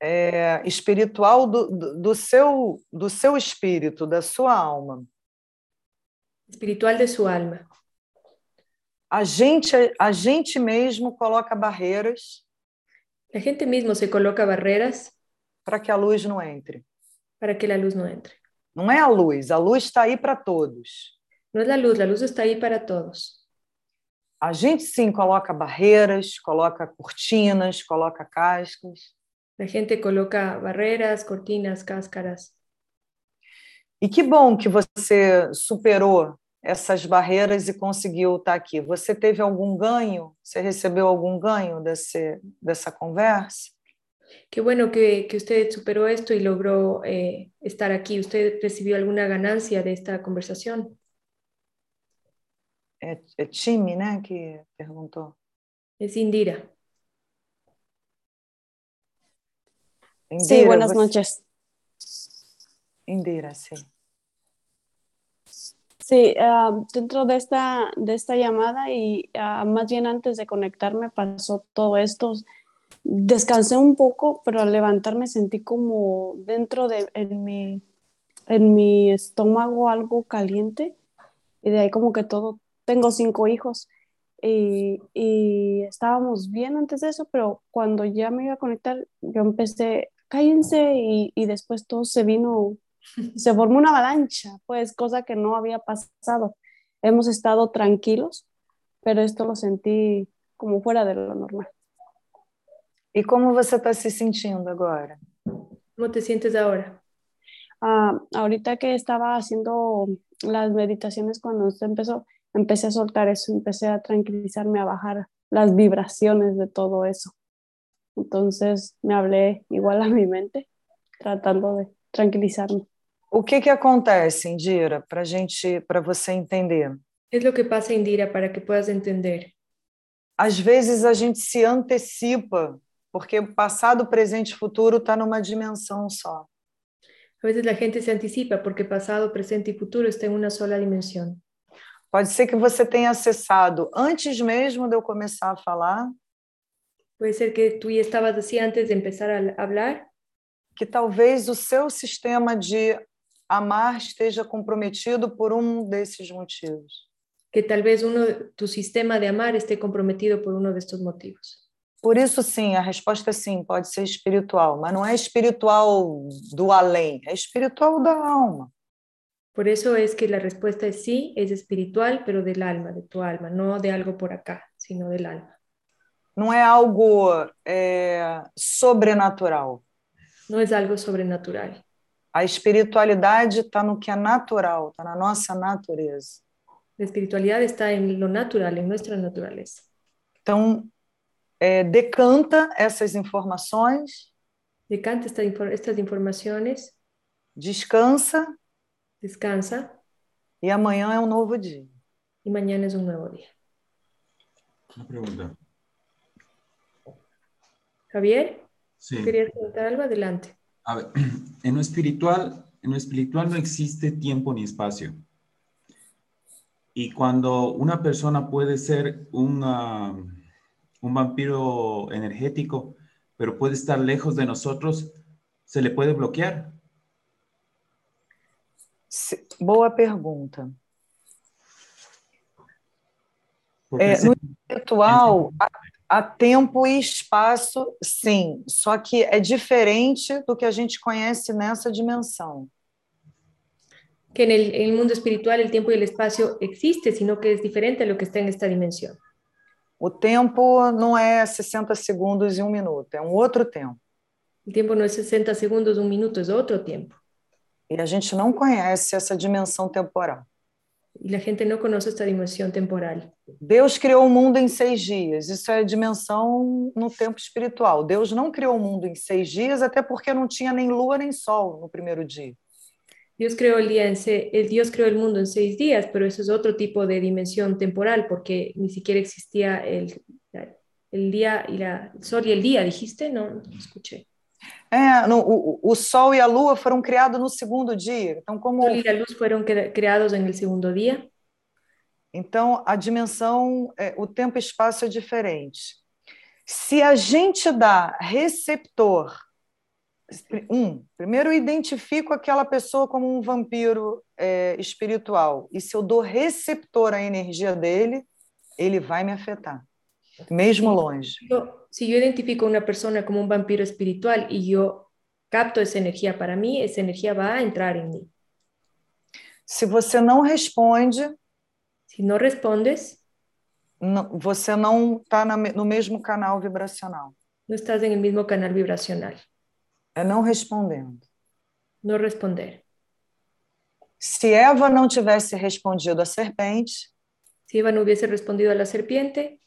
B: é, espiritual do, do, do seu, do seu espírito, da sua alma.
A: Espiritual de su alma.
B: A gente, a gente mesmo coloca barreiras
A: La gente mismo se coloca barreras
B: para que a luz não entre.
A: para que la luz no entre.
B: Não é a luz, a luz está aí para todos.
A: No es la luz, la luz está ahí para todos.
B: A gente sim coloca barreiras, coloca cortinas, coloca cascas.
A: La gente coloca barreras, cortinas, cáscaras.
B: E que bom que você superou essas barreiras e conseguiu estar aqui. Você teve algum ganho? Você recebeu algum ganho desse, dessa conversa?
A: Qué bueno que, que usted superó esto y logró eh, estar aquí. ¿Usted recibió alguna ganancia de esta conversación?
B: É, é time, né? Que perguntou.
A: Es Indira.
E: Sí,
B: Indira,
E: buenas
B: você-
E: noches.
B: Indira, sim.
E: Sí, ah, dentro de esta, de esta llamada y ah, más bien antes de conectarme pasó todo esto descansé un poco, pero al levantarme sentí como dentro de en mi, en mi estómago algo caliente y de ahí como que todo, tengo cinco hijos y, y estábamos bien antes de eso, pero cuando ya me iba a conectar yo empecé, cállense y, y después todo se vino, se formó una avalancha, pues cosa que no había pasado. Hemos estado tranquilos, pero esto lo sentí como fuera de lo normal.
B: E como você está se sentindo agora?
A: ¿Cómo te sientes ahora?
E: Ah, ahorita que estaba haciendo las meditaciones cuando usted empezó, empecé a soltar eso, empecé a tranquilizarme, a bajar las vibraciones de todo eso. Entonces me hablé igual a mi mente, tratando de tranquilizarme.
B: O que que acontece, Indira, para gente, para você entender?
A: Es lo que pasa, Indira, para que puedas entender.
B: Às vezes a gente se antecipa, porque passado, presente e futuro está numa dimensão só.
A: A veces la gente se anticipa porque pasado, presente y futuro está en una sola dimensión.
B: Pode ser que você tenha acessado antes mesmo de eu começar a falar,
A: Puede ser que tú ya estabas así antes de empezar a hablar,
B: que talvez o seu sistema de amar esteja comprometido por um desses motivos.
A: que tal vez uno, tu sistema de amar esté comprometido por uno de estos motivos.
B: Por isso, sim, a resposta é sim, pode ser espiritual, mas não é espiritual do além, é espiritual da alma.
A: Por eso es que la respuesta es sí, es espiritual, pero del alma, de tu alma, no de algo por acá, sino del alma.
B: Não é algo é, sobrenatural.
A: No es algo sobrenatural.
B: A espiritualidade está no que é natural, está na nossa natureza.
A: La espiritualidad está en lo natural, en nuestra naturaleza.
B: Então, é, decanta essas informações,
A: Decanta esta infor- estas informaciones,
B: descansa
A: descansa
B: e amanhã é um novo dia.
A: y mañana es un nuevo día.
F: Una pregunta.
A: Javier,
F: Sí.
A: ¿querías preguntar algo? Adelante.
F: A ver, en lo espiritual, en lo espiritual no existe tiempo ni espacio. Y cuando una persona puede ser una- un vampiro energético, pero puede estar lejos de nosotros, ¿se le puede bloquear?
B: Se- Boa pergunta.
F: Porque
B: É,
F: se-
B: no espiritual, há, há tempo e espaço, sim, só que é diferente do que a gente conhece nessa dimensão.
A: Que en el, en el mundo espiritual el tiempo y el espacio existe, sino que es diferente a lo que está en esta dimensión.
B: O tempo não é 60 segundos e um minuto, é um outro tempo.
A: El tiempo no es 60 segundos, un minuto, es otro tiempo.
B: E a gente não conhece essa dimensão temporal.
A: Y la gente no conoce esta dimensión temporal.
B: Deus criou o mundo em seis dias. Isso é a dimensão no tempo espiritual. Deus não criou o mundo em seis dias, até porque não tinha nem lua nem sol no primeiro dia.
A: Dios creó el día en se- el Dios creó el mundo en seis días, pero eso es otro tipo de dimensión temporal porque ni siquiera existía el, el día y la el sol y el día, dijiste, no, no escuché.
B: É, no- o, o sol e a lua foram criados no segundo dia. Então, como
A: El sol y la luz fueron cre- creados en el segundo día.
B: Então, a dimensão, é, o tempo e espaço é diferente. Se a gente dá receptor, um, primeiro eu identifico aquela pessoa como um vampiro é, espiritual, e se eu dou receptor à energia dele, ele vai me afetar, mesmo longe.
A: Yo- si yo identifico a una persona como un vampiro espiritual y yo capto esa energía para mí, esa energía va a entrar en mí.
B: Se você não responde,
A: Si no respondes,
B: não- você não está no mesmo canal vibracional.
A: no estás en el mismo canal vibracional.
B: É não respondendo.
A: No responder.
B: Se Eva não tivesse respondido à serpente,
A: Si Eva no hubiese respondido a la serpiente,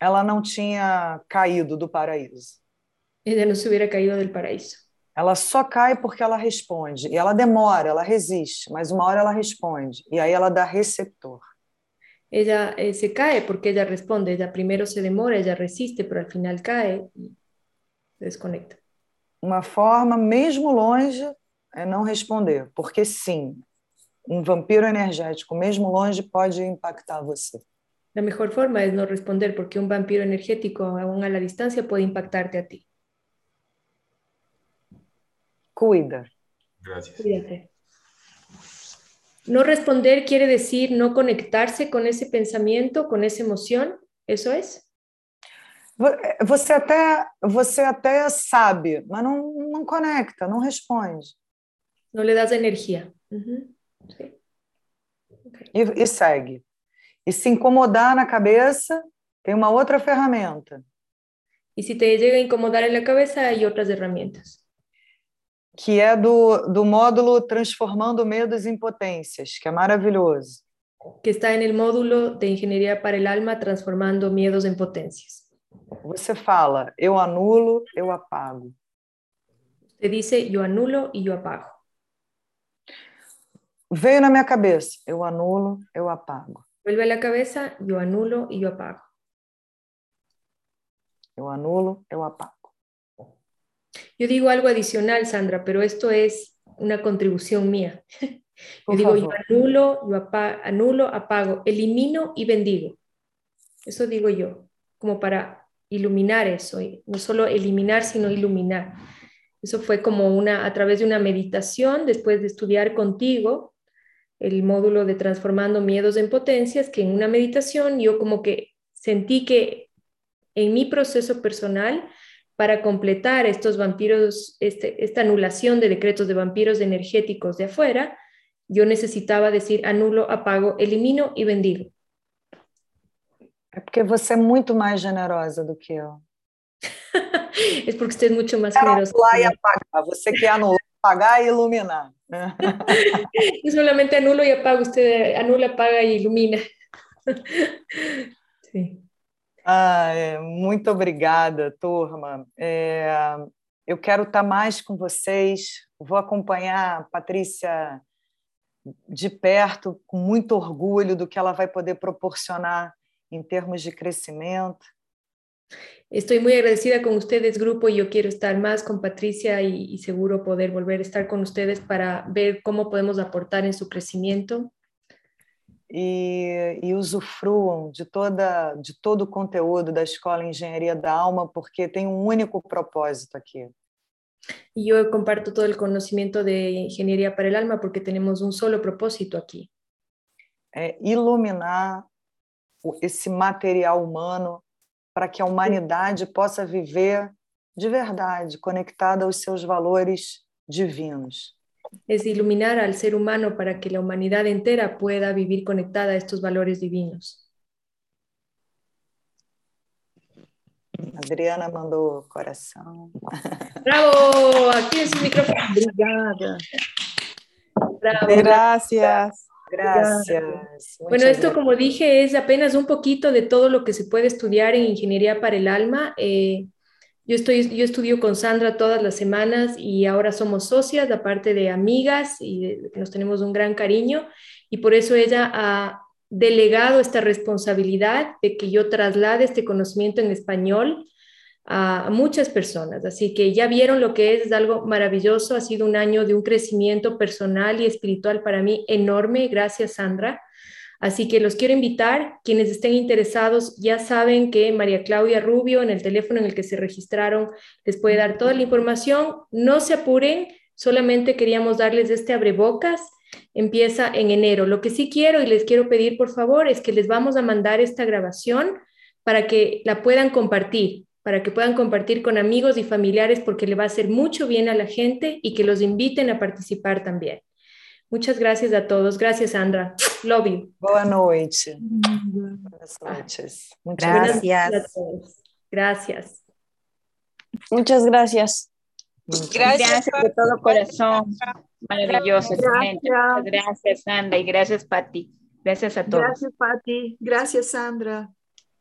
B: ela não tinha caído do paraíso.
A: ella no se hubiera caído del paraíso.
B: Ela só cai porque ela responde. E ela demora, ela resiste, mas uma hora ela responde. E aí ela dá receptor.
A: Ella eh, se cae porque ella responde, ella primero se demora, ella resiste, pero al final cae y se desconecta.
B: Uma forma, mesmo longe, é não responder. Porque sim, um vampiro energético, mesmo longe, pode impactar você.
A: La mejor forma es no responder porque un vampiro energético aún a la distancia puede impactarte a ti.
B: Cuida.
F: Gracias.
A: Cuídate. No responder quiere decir no conectarse con ese pensamiento, con esa emoción. ¿Eso es?
B: Vo- É, Você até, você até sabe, mas não, não conecta, não responde.
A: No le das energía. Ujú. Sí. Ok.
B: E, e segue. E se incomodar na cabeça, tem uma outra ferramenta,
A: Y si te llega a incomodar en la cabeza, hay otras herramientas.
B: que é do, do módulo Transformando Medos em Potências, que é maravilhoso.
A: que está en el módulo de Ingeniería para el Alma, transformando miedos en potencias.
B: Você fala, eu anulo, eu apago.
A: Te dice yo anulo y yo apago.
B: Veio na minha cabeça, eu anulo, eu apago.
A: Vuelve a la cabeza, yo anulo y yo apago.
B: Eu anulo, eu apago.
A: Yo digo algo adicional, Sandra, pero esto es una contribución mía. Yo
B: Por
A: digo yo
B: favor.
A: anulo, yo apa- anulo, apago, elimino y bendigo. Eso digo yo, como para iluminar eso, y no solo eliminar, sino iluminar. Eso fue como una, a través de una meditación, después de estudiar contigo el módulo de transformando miedos en potencias, que en una meditación yo como que sentí que en mi proceso personal, para completar estos vampiros, este- esta anulación de decretos de vampiros energéticos de afuera, yo necesitaba decir anulo, apago, elimino y bendigo.
B: É porque você é muito mais generosa do que eu.
A: es porque usted es mucho más
B: Era
A: generoso.
B: anular e apagar. Você quer anular, apagar e iluminar. né?
A: Yo solamente anulo y apago, usted anula, apaga y ilumina. sí.
B: Ah, é, muito obrigada, turma. É, eu quero estar mais com vocês. Vou acompanhar a Patrícia de perto, com muito orgulho do que ela vai poder proporcionar em termos de crescimento.
A: Estoy muy agradecida con ustedes, grupo, y yo quiero estar más con Patricia y, y seguro poder volver a estar con ustedes para ver cómo podemos aportar en su crecimiento.
B: e, e usufruam de, toda, de todo o conteúdo da Escola Engenharia da Alma, porque tem um único propósito aqui.
A: Y yo comparto todo el conocimiento de Ingeniería para el Alma porque tenemos un solo propósito aquí,
B: É iluminar o- esse material humano para que a humanidade possa viver de verdade, conectada aos seus valores divinos.
A: es iluminar al ser humano para que la humanidad entera pueda vivir conectada a estos valores divinos.
B: A Adriana mandou coração.
A: ¡Bravo! Aquí es su micrófono.
H: Obrigada.
A: Bravo.
E: Gracias.
B: Graças.
A: Bueno, esto como dije es apenas un poquito de todo lo que se puede estudiar en Ingeniería para el Alma. Eh, yo, estoy, yo estudio con Sandra todas las semanas y ahora somos socias, aparte de amigas, y de- nos tenemos un gran cariño y por eso ella ha delegado esta responsabilidad de que yo traslade este conocimiento en español a muchas personas. Así que ya vieron lo que es, es algo maravilloso, ha sido un año de un crecimiento personal y espiritual para mí enorme. Gracias, Sandra. Así que los quiero invitar, quienes estén interesados ya saben que María Claudia Rubio en el teléfono en el que se registraron les puede dar toda la información. No se apuren, solamente queríamos darles este abrebocas. Empieza en enero. Lo que sí quiero y les quiero pedir por favor es que les vamos a mandar esta grabación para que la puedan compartir, para que puedan compartir con amigos y familiares porque le va a hacer mucho bien a la gente y que los inviten a participar también. Muchas gracias a todos. Gracias, Sandra. Love you.
B: Boa noite.
H: Obrigada.
B: Boas noites. Muito
H: Graças.
A: Buenas noches a todos. Gracias.
E: Muchas gracias.
G: Gracias de todo corazón. Maravilloso, excelente. Muchas gracias, Sandra, y gracias, Pati. Gracias a todos.
H: Graças, Pati. Graças, Sandra.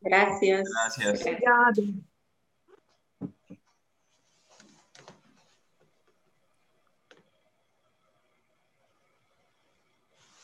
I: Gracias.
F: Gracias.
H: Obrigada.